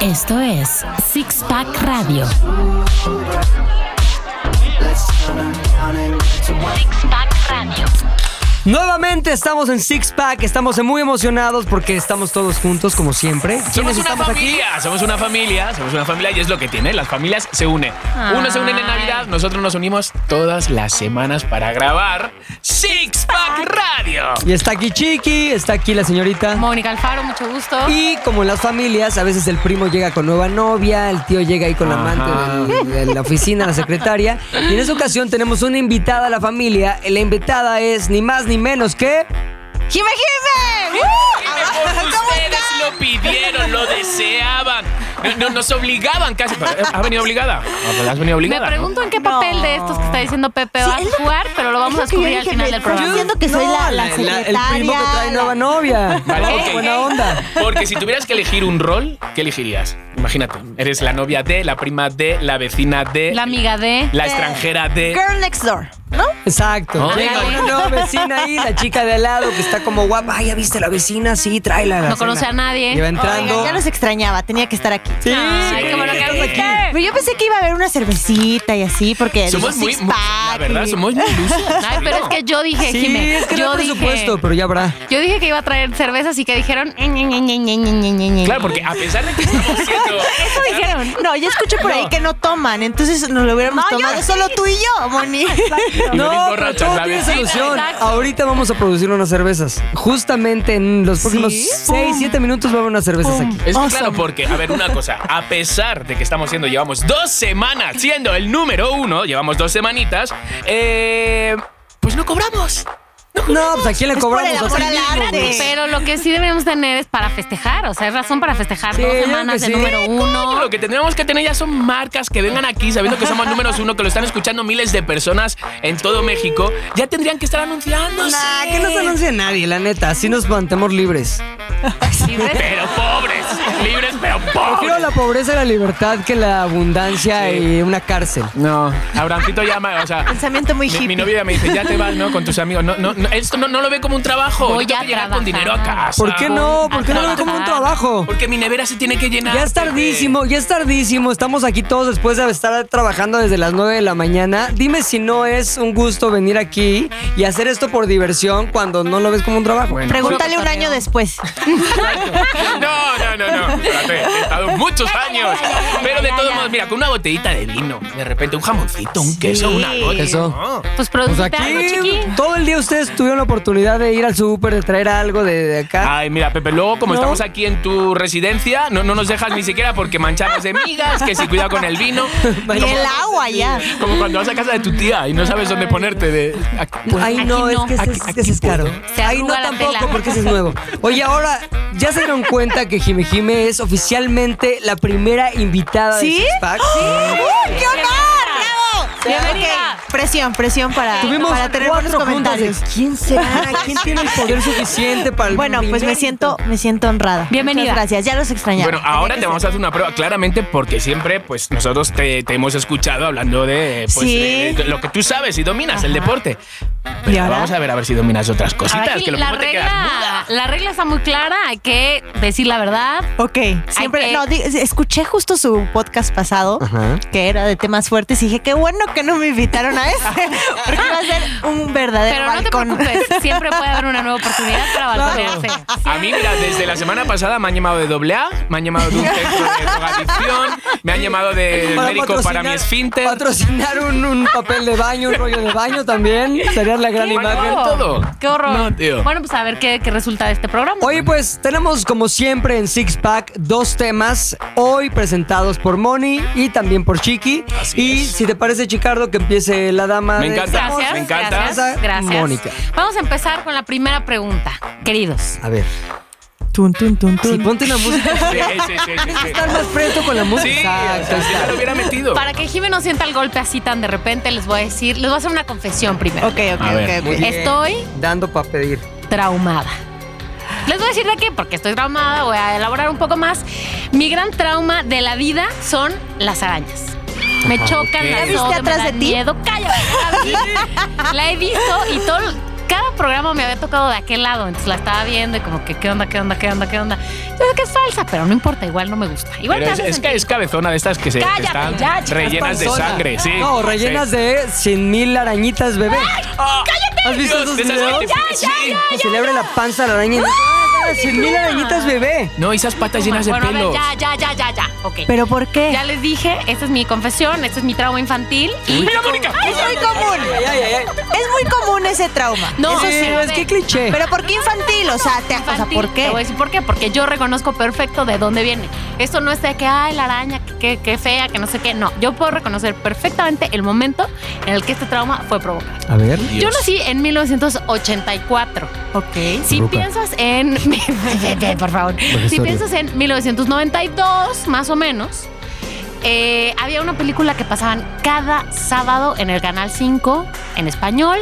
Esto es Six Pack Radio. Six Pack Radio. Nuevamente estamos en Six Pack, estamos muy emocionados porque estamos todos juntos como siempre. Somos ¿Quiénes pues, una estamos aquí? familia, somos una familia, somos una familia y es lo que tiene, las familias se unen. Uno se unen en Navidad, nosotros nos unimos todas las semanas para grabar Six Pack Radio. Y está aquí Chiqui, está aquí la señorita. Mónica Alfaro, mucho gusto. Y como en las familias, a veces el primo llega con nueva novia, el tío llega ahí con la amante del- de la oficina, la secretaria. Y en esta ocasión tenemos una invitada a la familia. La invitada es ni más ni menos que. ¡Jime Jime! ¡Uh! ¿Cómo Ustedes están? lo pidieron, lo deseaban. No, no, nos obligaban casi. ¿Ha venido obligada? Ah, pues, ¿Has venido Me obligada? pregunto en qué papel de estos que está diciendo Pepe va Sí, es a lo- jugar, pero lo vamos a es lo que yo descubrir al dije, final me del estás programa. diciendo que soy la, la el primo que trae secretaria, nueva novia. Vale, Vamos, ok. buena onda. Porque si tuvieras que elegir un rol, ¿qué elegirías? Imagínate, eres la novia de, la prima de, la vecina de, La amiga de. la extranjera de. Girl next door, ¿no? Exacto. Ah, Llega dale. una nueva vecina ahí, la chica de al lado que está como guapa. Ay, ¿ya viste a la vecina? Sí, tráela. a la No conoce cena. a nadie. Lleva Oigan, entrando. ya los extrañaba, tenía que estar aquí. Sí. Ay, qué bueno que Estás viniste. Pero yo pensé que iba a haber una cervecita y así, porque Somos dijo muy, six muy- la pack verdad, y- somos muy luces. Ay, pero es que yo dije, Sí, Jime. es que no yo hay dije, presupuesto, pero ya habrá. Yo dije que iba a traer cervezas y que dijeron. "Eh, ñe, ñe, ñe, ñe, ñe". Claro, porque a pesar de que estamos siendo. Eso dijeron. No, yo escucho por ahí que no toman, entonces nos lo hubiéramos No, yo tomado solo tú y yo, Moni. No No, nos pero emborrachas, todo la tiene vecina. solución. Exacto. Ahorita vamos a producir unas cervezas. Justamente en los próximos 6, 7 minutos va a haber unas cervezas aquí. Es que claro, porque, a ver, una cosa, a pesar de que estamos siendo, llevamos dos semanas siendo el número uno, llevamos dos semanitas, eh, pues no cobramos. No, pues aquí le por cobramos el a amor ti al mismo, arte. güey. Pero lo que sí deberíamos tener es para festejar. O sea, es razón para festejar Sí, dos yo creo semanas que de sí. número uno. Lo que tendríamos que tener ya son marcas que vengan aquí sabiendo que somos números uno, que lo están escuchando miles de personas en todo México. Ya tendrían que estar anunciándose. Nah, que no se anuncie nadie, la neta. Así nos mantemos libres. Libres. Pero pobres, libres, pero Prefiero pobres. la pobreza y la libertad que la abundancia Sí. y una cárcel. No, Abrancito llama, o sea, Pensamiento muy mi, hippie. mi novia ya me dice, ya te vas, ¿no? Con tus amigos. No, no, no, esto no, no lo ve como un trabajo. Voy Yo tengo a que llegar con trabajar. dinero a casa. ¿Por qué Ah, no? ¿Por qué no lo veo como un trabajo? Porque mi nevera se tiene que llenar. Ya es tardísimo, ya es tardísimo. Estamos aquí todos después de estar trabajando desde las 9 de la mañana. Dime si no es un gusto venir aquí y hacer esto por diversión cuando no lo ves como un trabajo. Bueno. Pregúntale un año después. No, no, no, no. Espérate, he estado muchos años. Pero de todos modos, mira, con una botellita de vino, de repente un jamoncito, un queso, una gota. Eso. ¿no? Pues Pues producte aquí algo, chiqui. todo el día ustedes tuvieron la oportunidad de ir al súper, de traer algo de, de Ah, acá. Ay, mira, Pepe, luego como No. estamos aquí en tu residencia, no, no nos dejas ni siquiera porque manchamos de migas, que si cuida con el vino. Y el agua ya. Como cuando vas a casa de tu tía y no sabes dónde ponerte de... Ay, pues, aquí no, no. es que ese, es- ese es caro. Se Ay, no arruga la tampoco, tela. porque ese es nuevo. Oye, ahora, ¿ya se dieron cuenta que Jime Jime es oficialmente la primera invitada ¿Sí? de Six Pack? ¡Uy, qué honor! ¡Bravo! Bienvenida. Ok, Presión, presión para, Tuvimos para tener buenos cuatro juntas de comentarios. quién será, quién tiene el poder suficiente para el Bueno, pues me primer- siento, me siento honrada. Bienvenida. Muchas gracias, ya los extrañaba. Bueno, ahora te vamos a hacer una prueba, claramente, porque siempre, pues, nosotros te, te hemos escuchado hablando de, pues, Sí. de- de lo que tú sabes y dominas, el deporte. Pero ¿Y ahora? vamos a ver a ver si dominas otras cositas, Ahora aquí que lo la mismo te quedas regla, la regla está muy clara, hay que decir la verdad. Ok, siempre. que- No, di- escuché justo su podcast pasado, Ajá. que era de temas fuertes, y dije, qué bueno que no me invitaron a este, porque iba a ser un verdadero Pero no te balcón. preocupes, siempre puede haber una nueva oportunidad para balconearse. A mí, mira, desde la semana pasada me han llamado de doble A, me han llamado de un centro de drogadicción, me han llamado de médico para mi patrocinar- esfínter. Patrocinar un, un papel de baño, un rollo de baño también. Sería la gran Qué imagen. horror. todo. Oh, Qué horror. No, tío. Bueno, pues a ver qué, qué resulta de este programa. Oye, pues tenemos como siempre en Six Pack dos temas hoy presentados por Moni y también por Chiqui. Así y es. si te parece, Chicardo, que empiece la dama. Me de- encanta. gracias, me encanta. gracias, gracias. Mónica. Vamos a empezar con la primera pregunta, queridos. A ver, Tun, tun, tun, tun. si ponte una música. Sí, sí, sí, sí, sí. Estás más fresco con la música. Sí, o Exacto, sea, si está. no lo hubiera metido. Para que Jimmy no sienta el golpe así tan de repente, les voy a decir, les voy a hacer una confesión primero. Ok, ok, A ver. ok, ok. bien. Estoy Dando para pedir. traumada. Les voy a decir de qué, porque estoy traumada, voy a elaborar un poco más. Mi gran trauma de la vida son las arañas. Me chocan Ah, ok. las ¿La viste dos, me atrás de dan ti? miedo. ¡Cállate! La vi, la he visto y todo... Cada programa me había tocado de aquel lado, entonces la estaba viendo y como que, ¿qué onda, qué onda, qué onda, qué onda? Yo sé que es falsa, pero no importa, igual no me gusta. Igual Pero es, te hace es que sentir- es cabezona de estas que se que Cállate, están ya, chicas, rellenas de panzona. sangre, sí. No, rellenas Sí. de 100 mil arañitas, bebé. ¡Ah! ¿Has visto Dios, esos de esas videos? que te- Ya, ya, sí. Se le abre la panza a la araña. y dice, "Ah, 100 mil arañitas, bebé. No, y esas patas llenas de bueno, a ver, pelos. ya, ya, ya, ya, ya. Ok. ¿Pero por qué? ya les dije, esta es mi confesión, este es mi trauma infantil. Y Mira, Mónica. Es muy común. Ay, ay, ay, ay. Es muy común ese trauma. No, Sí, sí, Eh, es bebé. que cliché. Pero ¿por qué infantil? O sea, te, o sea, infantil. ¿por Te voy a qué? decir por qué, porque yo reconozco perfecto de dónde viene. Esto no es de que, ay, la araña, que, que- que fea, que no sé qué. No, yo puedo reconocer perfectamente el momento en el que este trauma fue provocado. A ver. Dios. Yo nací en 1984. Ok. Si Ruca. piensas en. por favor. Si historia. piensas en 1992, más o menos. eh, había una película que pasaban cada sábado en el Canal 5 en español.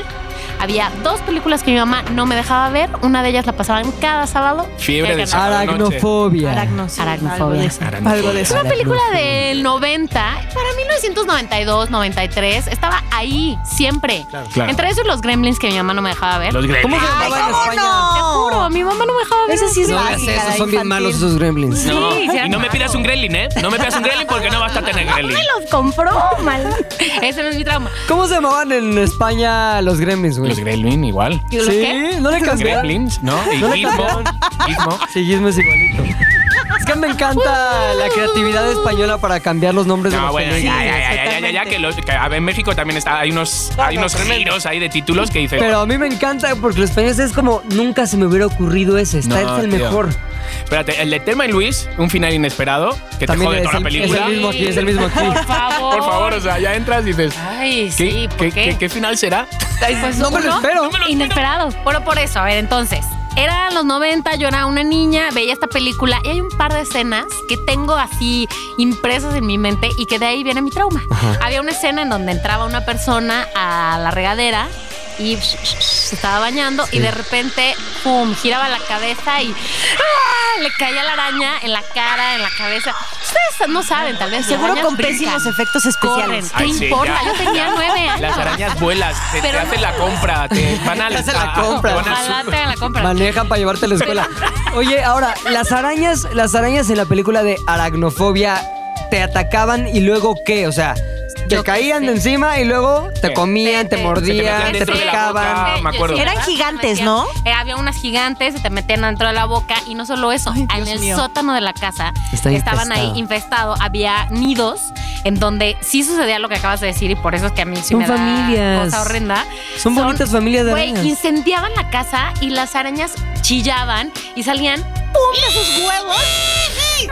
Había dos películas que mi mamá no me dejaba ver. Una de ellas la pasaban cada sábado. Fiebre en de el Canal Aracnofobia. Aracno, sí, Aracnofobia. algo de eso. Aracnofobia. Algo de Es eso. una película Aracnofobia. del 90, para 1992, 93, estaba ahí siempre. Claro. Entre esos los gremlins que mi mamá no me dejaba ver. Los gremlins. ¿Cómo se Ay, llamaba en ¿cómo España? Te juro, no? mi mamá no me dejaba ver. Ese sí es No, básica, esos la son bien infantil. malos esos gremlins. Sí, No, sí, y no era me pidas malo. un gremlin, ¿eh? No me pidas un gremlin porque no vas a tener gremlin. me los compró, mal. Ese no es mi trauma. ¿Cómo se llamaban en España los gremlins, güey? Los gremlin igual. ¿Y los qué? Sí, no le cambiaron. Gremlins, ¿no? Y No le Gizmo. Gizmo. Sí, Gizmo es igualito. Es que me encanta la creatividad española para cambiar los nombres de No, los Ah, bueno, ya, pelis. ya, ya, ya, ya, ya, ya, que, los- que, a ver, en México también está, hay unos, hay unos giros ahí de títulos que dicen. Pero a mí me encanta porque los españoles es como nunca se me hubiera ocurrido ese. Está No, es el tío. mejor. Espérate, el de Telma y Luis, un final inesperado, que te También jode es toda el, la es el película. mismo aquí, es el mismo aquí. Por favor. Por favor, o sea, ya entras y dices, Ay, ¿qué, sí, ¿por qué, qué? qué- qué final será? Pues no me lo uno, espero. No me lo- Inesperado. Bueno, por eso, a ver, entonces. Eran los 90, yo era una niña, veía esta película y hay un par de escenas que tengo así impresas en mi mente y que de ahí viene mi trauma. Había una escena en donde entraba una persona a la regadera y se estaba bañando y de repente, pum, giraba la cabeza y ¡ah! le caía la araña en la cara, en la cabeza. Ustedes no saben, tal vez. las Seguro arañas con brincan, pésimos efectos Corren, especiales. ¿qué Ay, sí, importa? ya. Yo tenía nueve años. Las arañas vuelas, te, te Pero- hacen la compra, te van a Te hacen la compra. te van al Ojalá te hagan la compra. Manejan para llevarte a la escuela. Oye, ahora, las arañas, las arañas en la película de aracnofobia te atacaban y luego qué? O sea, te Yo qué caían sé. de encima y luego te Sí. comían, te, Sí, Se sí. mordían, te, te metían dentro de la picaban. boca. Ah, me acuerdo. Sí, Eran ¿verdad? gigantes, Se ¿no? metían- eh, había unas gigantes, se te metían dentro de la boca y no solo eso, en el sótano de la casa Está estaban ahí infestado. infestados, había nidos en donde sí sucedía lo que acabas de decir y por eso es que a mí sí Son me da familias. cosa horrenda. Son bonitas familias de Güey, arañas. incendiaban la casa y las arañas chillaban y salían ¡pum! de sus huevos.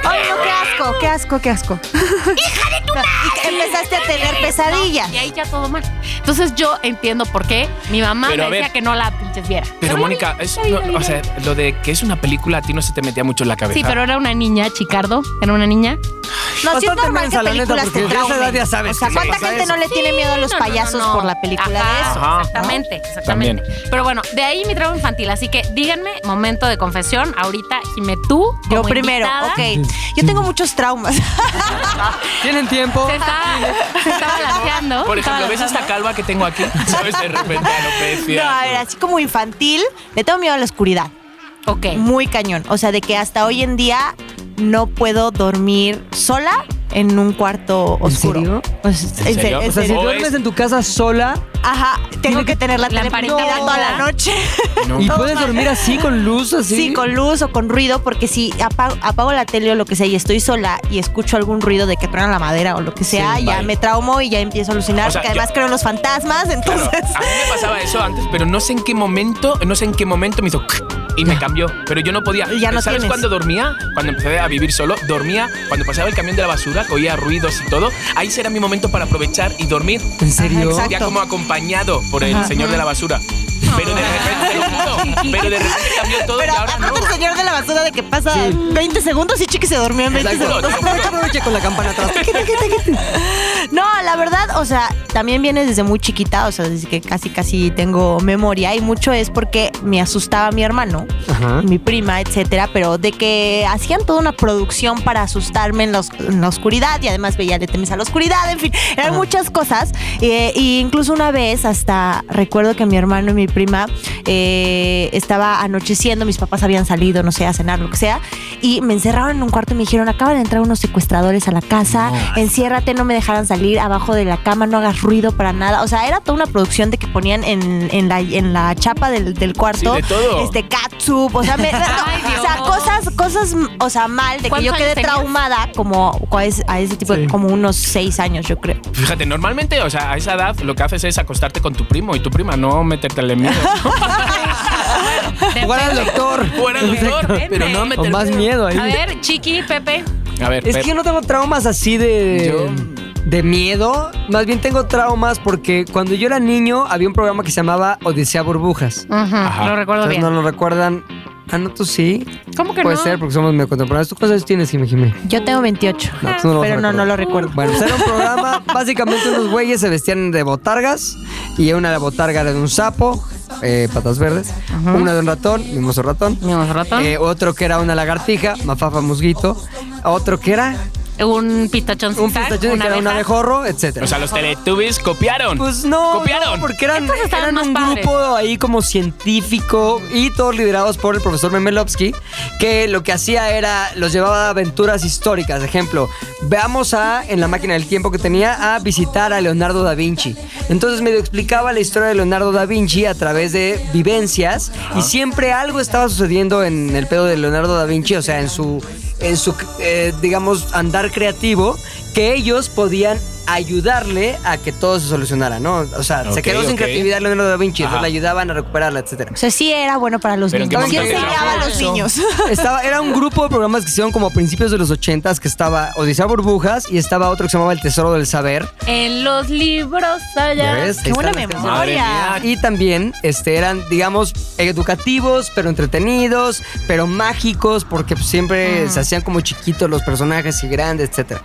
Ay, no, qué asco, qué asco, qué asco. Y que empezaste a tener pesadillas. No, y ahí ya todo mal. Entonces yo entiendo por qué mi mamá Pero a me decía ver. que no la pinches viera. Pero la Mónica, vi, es- la vi, no, la vi, o la sea, lo de que es una película a ti no se te metía mucho en la cabeza. Sí, pero era una niña, Chicardo. Era una niña. No, sí es Bastante normal que mensa, la neta, películas porque te ya a esa traumen. edad ya sabes O sea, que ¿cuánta pasa gente eso? no le tiene miedo a los No, no, no, payasos no. por la película Ajá, de eso? Ajá. Exactamente, exactamente. Pero bueno, de ahí mi trauma infantil. Así que díganme, momento de confesión. Ahorita, Jime, tú. Yo como primero, invitada, ok. Yo tengo muchos traumas. ¿Tienen tiempo? Se está, se está balanceando. Por ejemplo, Está ¿ves esta calva que tengo aquí? ¿Sabes? De repente No, alopecia. pues. a ver, así como infantil, le tengo miedo a la oscuridad. balanceando. Ok. Muy cañón. O sea, de que hasta hoy en día no puedo dormir sola en un cuarto oscuro. serio? O sea, ¿En en serio? serio, en O sea, si serio. O duermes es- en tu casa sola Ajá, tengo que tener la tele Lamparita prendida toda la roja. noche. No. y puedes dormir así con luz, así. ¿Sí? con luz o con ruido, porque si apago, apago la tele o lo que sea y estoy sola y escucho algún ruido de que truena la madera o lo que sea, ya vale. me traumo y ya empiezo a alucinar, O sea, porque yo- además creo en los fantasmas, Claro, entonces... a mí me pasaba eso antes, pero no sé en qué momento, no sé en qué momento me hizo y me cambió, pero yo no podía. Y ya no ¿Sabes tienes. cuándo dormía? Cuando empecé a vivir solo, dormía cuando pasaba el camión de la basura, que oía ruidos y todo. Ahí será mi momento para aprovechar y dormir. ¿En serio? Ajá, exacto. Ya como acompañado por el señor de la basura. Pero de repente, te lo juro, Pero de repente cambió todo Pero y ahora no. aparte el señor de la basura de que pasa Sí. 20 segundos y Chiqui se durmió en 20 Exacto. segundos. con la campana atrás. No, la verdad, o sea, también viene desde muy chiquita, o sea, desde que casi casi tengo memoria y mucho es porque me asustaba mi hermano, Ajá. y mi prima, etcétera, pero de que hacían toda una producción para asustarme en la, os- en la oscuridad y además veía de temes a la oscuridad, en fin, eran muchas cosas eh, y incluso una vez hasta recuerdo que mi hermano y mi prima eh, estaba anocheciendo, mis papás habían salido, no sé, a cenar, lo que sea, y me encerraron en un cuarto y me dijeron, acaban de entrar unos secuestradores a la casa, enciérrate, no me dejaran salir abajo de la cama, no hagas ruido para nada. O sea, era toda una producción de que ponían en, en la, en la chapa del, del cuarto Sí, de todo. este catsup, o sea, me- no, Ay, o sea, Dios. cosas, cosas, o sea, mal, de que yo ¿Cuántos quedé años tenías? traumada como a ese, a ese tipo, de- como unos seis años, yo creo. Fíjate, normalmente, o sea, a esa edad lo que haces es acostarte con tu primo y tu prima, no metértele miedo. Jugar al doctor. Fuera el doctor, pero no Con meterle más miedo ahí. A ver, Chiqui, Pepe. A ver, Es Pep, que yo no tengo traumas así de. De miedo, más bien tengo traumas porque cuando yo era niño había un programa que se llamaba Odisea Burbujas. Ajá. Lo recuerdo Ustedes bien. no lo recuerdan. Ah, no, tú sí. ¿Cómo que Puede no? ser porque somos medio contemporáneos. ¿Tú cuántos años tienes, Jimmy Jimmy? Yo tengo 28, No, tú no lo vas a pero no, recordar. no lo recuerdo. Bueno, pues era un programa, básicamente unos güeyes se vestían de botargas y una de la botarga era de un sapo, eh, patas verdes, una de un ratón, mimoso ratón, Mimoso ratón. eh, otro que era una lagartija, mafafa musguito, otro que era Un pistachón sin un sal, pistachón que era un abeja. abejorro, etc. o sea, los Teletubbies copiaron. pues no, no, Copiaron. porque eran, Estos eran estaban más un padres. grupo ahí como científico y todos liderados por el profesor Memelovsky, que lo que hacía era, los llevaba a aventuras históricas. Ejemplo, veamos a, en la máquina del tiempo que tenía, a visitar a Leonardo da Vinci. Entonces medio explicaba la historia de Leonardo da Vinci a través de vivencias y siempre algo estaba sucediendo en el pedo de Leonardo da Vinci, o sea, en su, en su eh, digamos, andar creativo, que ellos podían ayudarle a que todo se solucionara, ¿no? O sea, se Ok, quedó sin ok. creatividad Leonardo da Vinci, entonces Ajá. le ayudaban a recuperarla, etcétera. O sea, sí era bueno para los Pero ¿en qué niños. Sí momento enseñaba a grabó los eso? niños. Estaba, era un grupo de programas que se hicieron como a principios de los 80s, que estaba Odisea Burbujas y estaba otro que se llamaba El Tesoro del Saber. En los libros ¿Ya allá. ves? Ahí Qué buena están las canciones. Madre memoria. mía. Y también este, eran, digamos, educativos, pero entretenidos, pero mágicos, porque pues, siempre se hacían como chiquitos los personajes y grandes, etc.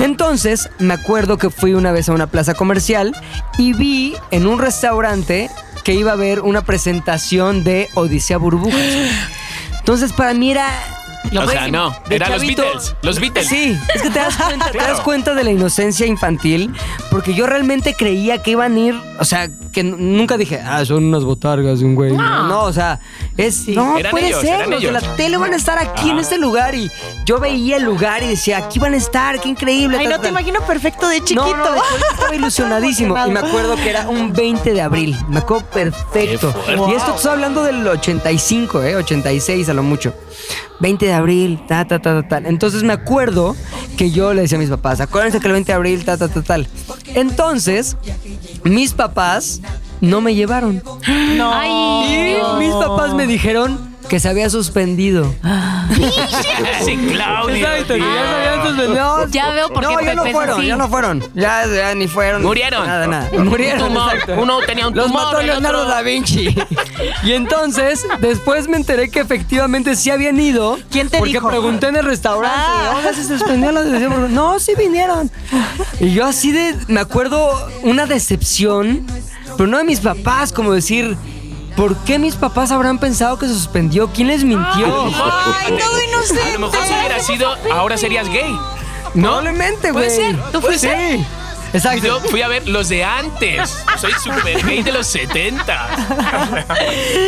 Entonces, me acuerdo que fui una vez a una plaza comercial y vi en un restaurante que iba a haber una presentación de Odisea Burbujas. Entonces, para mí era... lo O sea, máximo. no, De era los chavito- Beatles, los Beatles. Sí, es que te das cuenta, te das Claro. cuenta de la inocencia infantil, porque yo realmente creía que iban a ir, o sea, que n- nunca dije, ah, son unas botargas de un güey. No, no, o sea, es, no Eran puede ellos, ser, eran los de ellos. la tele van a estar aquí en este lugar y yo veía el lugar y decía, aquí van a estar, qué increíble. Ay, tal, no te tal. imagino perfecto de chiquito. No, no, de chiquito estaba ilusionadísimo. y me acuerdo que era un 20 de abril. Me acuerdo perfecto. Qué fuerte. Y esto te estoy hablando del 85, ¿eh? 86 a lo mucho. 20 de abril, ta, ta, ta, ta, tal. Entonces me acuerdo que yo le decía a mis papás, acuérdense que el 20 de abril, ta, ta, ta, tal. Entonces, mis papás no me llevaron. No. Ay, Y mis papás me dijeron que se había suspendido. Sí, Claudio. Exacto, que tío. ya se habían suspendido. Ya veo por no, qué ya no Pepe es fueron, así. ya no fueron. Ya, ya ni fueron. Murieron. Nada, nada. Un Murieron. tumor. exacto. Uno tenía un Los tumor, mató el Leonardo otro- da Vinci. y entonces, después me enteré que efectivamente sí habían ido. ¿Quién te porque dijo? pregunté en el restaurante. Ah. "Oiga, ¿se suspendió la sesión?" Porque, No, sí vinieron. Y yo así de. Me acuerdo una decepción, pero no de mis papás, como decir. ¿Por qué mis papás habrán pensado que se suspendió? ¿Quién les mintió? Ay, todo A lo mejor si inocente. hubiera sido, ahora serías gay. Probablemente, güey. Puede ser, tú fuiste. Sí. Y Yo Exacto. fui a ver los de antes. Soy super gay de los 70.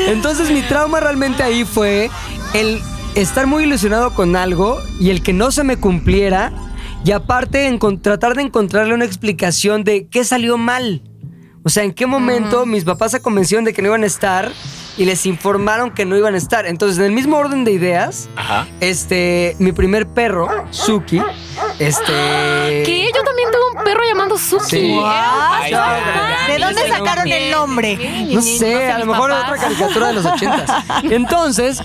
Entonces mi trauma realmente ahí fue el estar muy ilusionado con algo y el que no se me cumpliera y aparte encon- tratar de encontrarle una explicación de qué salió mal. O sea, en qué momento mis papás se convencieron de que no iban a estar y les informaron que no iban a estar. Entonces, en el mismo orden de ideas, Ajá. este, mi primer perro, Suki, este... Que yo también tuve un perro llamado Suki. Sí. Era un Ay, pastor ay, alemán. ¿De dónde Ay, sacaron el nombre? No sé, sé, a lo mis mejor papás. otra caricatura de los ochentas. Entonces,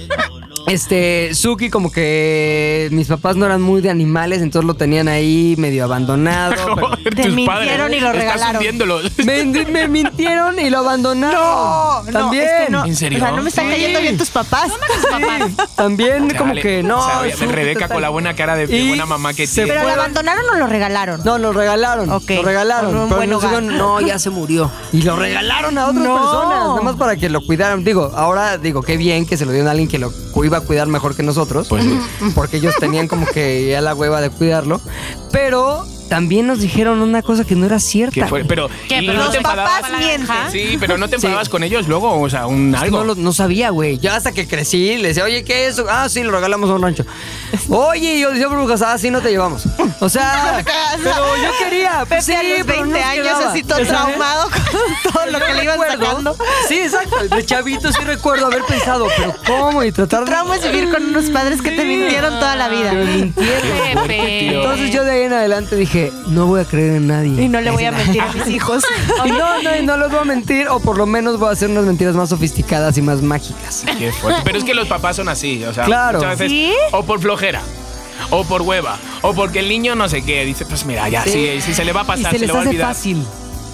Este, Suki como que mis papás no eran muy de animales, entonces lo tenían ahí medio abandonado. pero- Te Tus mintieron y lo estás regalaron. hundiéndolo. me, me mintieron y lo abandonaron. también. es que no. ¿En serio? O sea, no me están Sí. cayendo bien tus papás. También como Chale, que no. sabía, Suki, Rebeca total. con la buena cara de, de Y buena mamá que se tiene. ¿Pero lo fueron- abandonaron o lo regalaron? No, lo regalaron. Ok, Lo regalaron. por un pero buen nos hogar. dijeron, no, ya se murió. Y lo regalaron a otras No. personas, nada más para que lo cuidaran. Digo, ahora digo, qué bien que se lo dieron a alguien que lo cu- iba a cuidar mejor que nosotros. Pues sí. Porque ellos tenían como que ya la hueva de cuidarlo. Pero también nos dijeron una cosa que no era cierta. Que fue- pero, ¿Qué? ¿y Pero no los te enfadabas? papás mienten. Sí, pero no te enfadabas con ellos luego, o sea, un Es que algo. No, lo- no sabía, güey. Yo hasta que crecí, le decía, oye, ¿qué es eso? Ah, sí, lo regalamos a un rancho. Oye, y yo decía, brujas, ah, sí, no te llevamos. O sea, pero yo quería. Pepe Pues, sí, a los pero 20 no años quedaba. así todo ¿Sabes? traumado con todo lo Yo que le iban recuerdo- sacando. Sí, exacto. De chavito sí recuerdo haber pensado, pero ¿cómo? Y tratar de... Trauma es vivir con unos padres que te mintieron toda la vida. que me mintieron. Entonces yo de ahí en adelante dije, no voy a creer en nadie. Y no le voy a mentir a mis hijos. Y no, no, y no los voy a mentir, o por lo menos voy a hacer unas mentiras más sofisticadas y más mágicas. Qué fuerte. Pero es que los papás son así, o sea, Claro. muchas veces. ¿Sí? O por flojera. O por hueva. O porque el niño no sé qué. Dice, pues mira, ya, sí, sí, se le va a Y pasar, se se, les le va a hace olvidar. fácil.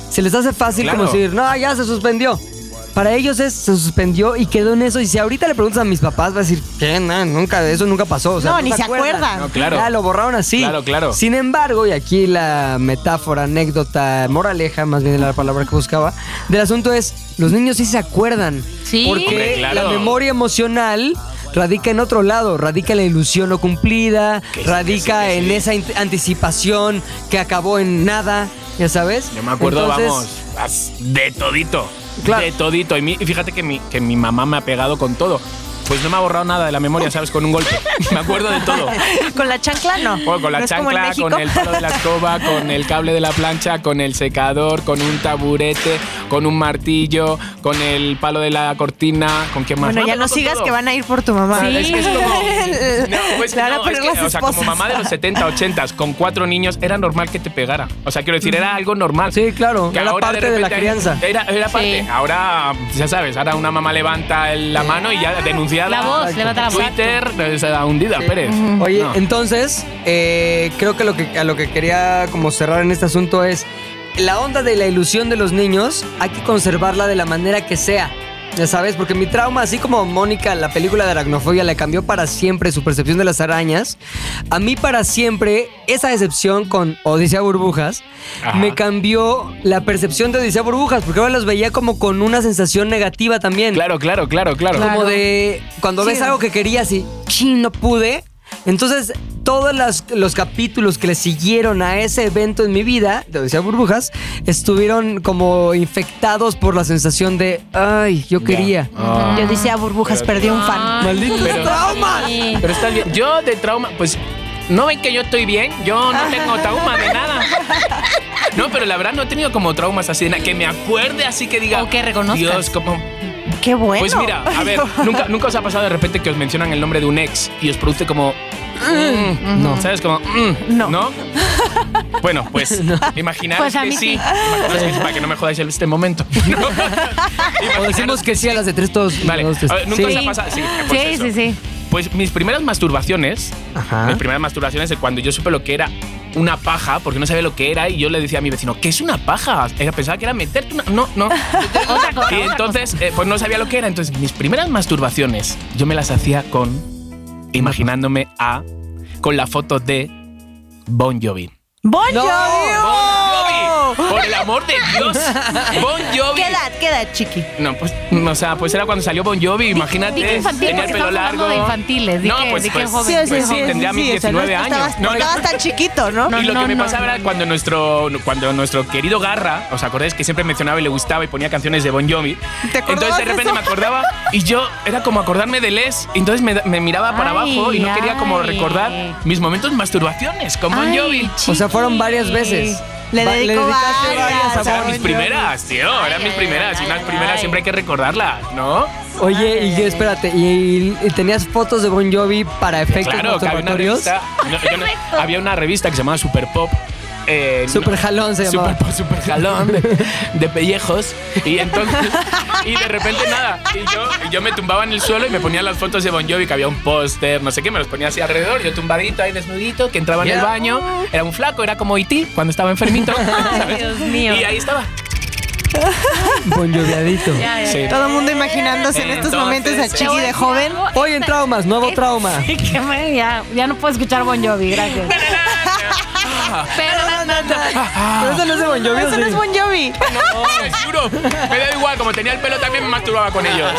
Se les hace fácil Claro. como decir, no, ya se suspendió. Para ellos es, se suspendió y quedó en eso. Y si ahorita le preguntas a mis papás, va a decir, ¿qué? No, nunca, eso nunca pasó. O sea, No, ni se acuerdan. No, claro. Ya, lo borraron así. Claro, claro. Sin embargo, y aquí la metáfora, anécdota, moraleja, más bien la palabra que buscaba, del asunto es, los niños sí se acuerdan. Sí. Porque Hombre, claro. la memoria emocional radica en otro lado, radica en la ilusión no cumplida, Que sí, radica que sí, que sí. en esa in- anticipación que acabó en nada, ya sabes. Yo me acuerdo, Entonces, vamos, as- de todito. Claro. De todito. Y, mi- y fíjate que mi, que mi mamá me ha pegado con todo. Pues no me ha borrado nada de la memoria, ¿sabes? Con un golpe. Me acuerdo de todo. Con la chancla no. Juego con la No es como en chancla, México. con el palo de la escoba, con el cable de la plancha, con el secador, con un taburete, con un martillo, con el palo de la cortina, con qué más. Bueno, ya Mándalo no con sigas todo. que van a ir por tu mamá. Ah, Es que es como. No, pues Le van a no, poner es que, las o sea, como esposas. mamá de los 70, 80, con cuatro niños, era normal que te pegara. O sea, quiero decir, era algo normal. Sí, claro, Que era ahora parte de la repente- crianza. Era, era parte. Sí. Ahora, ya sabes, ahora una mamá levanta el- la mano y ya denunciada. La voz, levanta la voz. Twitter, eh, se da hundida, Pérez. Oye, No. entonces, eh, creo que, lo que a lo que quería como cerrar en este asunto es la onda de la ilusión de los niños, hay que conservarla de la manera que sea. Ya sabes, porque mi trauma, así como Mónica, la película de aracnofobia, le cambió para siempre su percepción de las arañas, a mí para siempre esa decepción con Odisea Burbujas Ajá. me cambió la percepción de Odisea Burbujas, porque ahora los veía como con una sensación negativa también. Claro, claro, claro, claro. Como de cuando ves algo que querías y chin, no pude. Entonces, todos las- los capítulos que le siguieron a ese evento en mi vida, de Odisea Burbujas, estuvieron como infectados por la sensación de, ay, yo quería. Ah. Yo decía burbujas, perdí un fan. ¡Malditos Pero- traumas! Pero estás bien. Yo de trauma, pues no ven que yo estoy bien, yo Ah. no tengo trauma de nada. No, pero la verdad no he tenido como traumas así, de nada, que me acuerde así que diga. O que reconozcas. Dios, como. Qué bueno. Pues mira, a ver, nunca, nunca os ha pasado de repente que os mencionan el nombre de un ex y os produce como. mm, No. ¿Sabes? Como. mm, No. Bueno, pues imaginaros Pues a que mí sí. sí. Imaginaros que sí, para que no me jodáis en este momento. ¿no? O decimos que sí a las de tres todos. Vale, todos, a ver, nunca os sí. ha pasado. Sí, pues Sí, eso. sí, sí. Pues mis primeras masturbaciones, Ajá. Ah. mis primeras masturbaciones de cuando yo supe lo que era una paja, porque no sabía lo que era, y yo le decía a mi vecino, ¿qué es una paja? Era- Pensaba que era meterte una. No, no. Otra cosa, y otra entonces, eh, pues no sabía lo que era. Entonces, mis primeras masturbaciones, yo me las hacía con. imaginándome a. con la foto de. Bon Jovi. ¡Bon No. ¡Bon Jovi! ¡Oh! Jovi! ¡Por el amor de Dios! ¡Bon Jovi! ¿Qué edad, qué edad, chiqui? No, pues, o sea, pues era cuando salió Bon Jovi, imagínate. di que infantil, tenía el porque pelo estamos hablando largo. de infantiles, di No, que- pues, di que pues, joven. pues sí, tendría mis o sea, no 19 años. Estabas, no, estabas tan chiquito, ¿no? No, y lo que me no, pasaba era cuando nuestro, cuando nuestro querido Garra, ¿os acordáis que siempre mencionaba y le gustaba y ponía canciones de Bon Jovi? ¿Te acordabas entonces de repente eso? me acordaba y yo era como acordarme de Les. Entonces me, me miraba para Ay, abajo y no quería como ay. recordar mis momentos de masturbaciones con Bon Ay, Jovi. chiqui. O sea, fueron varias veces. Le Va- dedico dedicaste varias, varias a O sea, eran Bon mis Jovi. primeras, tío, eran Ay, mis ay, primeras. ay, Y unas ay, primeras ay. siempre hay que recordarlas, ¿no? Oye, y yo, espérate, y, y tenías fotos de Bon Jovi para efectos Claro, que había una masturbatorios? revista. no, yo no- había una revista que se llamaba Super Pop. eh, Super jalón se llamaba. Super, super jalón de, de pellejos. Y entonces. Y de repente nada. Y yo, yo me tumbaba en el suelo y me ponía las fotos de Bon Jovi, que había un póster, no sé qué, me los ponía así alrededor. Yo tumbadito ahí desnudito, que entraba en el Ya. baño. Era un flaco, era como Iti cuando estaba enfermito. ¿sabes? Dios mío. Y ahí estaba. Bon Joviadito. Ya, ya, Sí. ya. Todo el mundo imaginándose en estos Entonces, momentos a Te voy Chiqui a de decir joven. algo, Hoy en esta- traumas, nuevo esta- trauma. Sí, que me- ya, ya no puedo escuchar Bon Jovi, gracias. Pero Pero eso no es de Bon Jovi, ¿o Eso no sí? es Bon Jovi. No, les juro. Me da igual, como tenía el pelo también me masturbaba con ellos.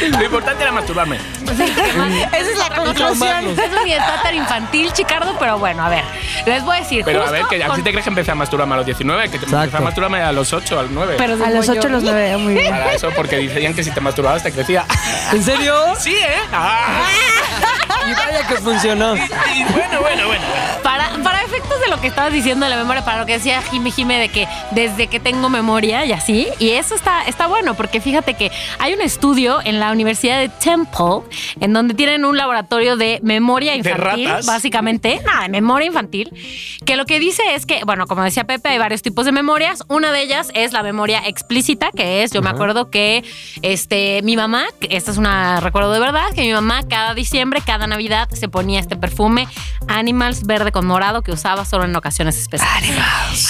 Lo importante era masturbarme. Sí, ¿qué más? Esa es la conclusión. Eso ni está tan infantil, Chicardo, pero bueno, a ver, les voy a decir. Pero a justo ver, que a con- ti te crees que empecé a masturbarme a los 19, que te empecé a Exacto. masturbarme a los 8, al 9. pero A de los Bon 8, Jovi. los 9, muy bien. Para eso, porque decían que si te masturbabas te crecía. ¿En serio? Sí, ¿eh? Ah. Y vaya que funcionó. Y bueno, bueno, bueno. Para, para efectos de lo que estabas diciendo de la memoria, para lo que decía Jime Jime de que desde que tengo memoria y así, y eso está, está bueno, porque fíjate que hay un estudio en la Universidad de Temple, en donde tienen un laboratorio de memoria infantil, ratas? básicamente, nada, de memoria infantil, que lo que dice es que, bueno, como decía Pepe, hay varios tipos de memorias, una de ellas es la memoria explícita, que es, yo me acuerdo que este, mi mamá, que esta es una recuerdo de verdad, que mi mamá cada diciembre, cada Navidad se ponía este perfume Animals verde con morado que usaba solo en ocasiones especiales.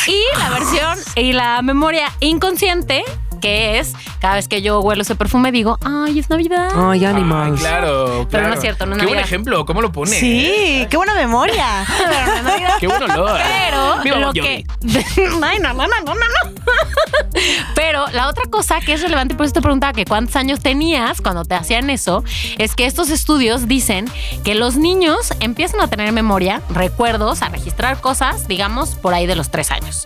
Y la versión y la memoria inconsciente, que es cada vez que yo huelo ese perfume digo, ay, es Navidad. Ay, Ay, animals. claro, claro. Pero no es cierto, no es Qué buen Navidad. ejemplo, ¿cómo lo pone? Sí, qué buena memoria. Pero no es Navidad. Qué buen olor. Pero Viva lo Bon que. Jovi. Ay, no, no, no, no, no, no. Pero la otra cosa que es relevante, y por eso te preguntaba que cuántos años tenías cuando te hacían eso, es que estos estudios dicen que los niños empiezan a tener memoria, recuerdos, a registrar cosas, digamos, por ahí de los tres años.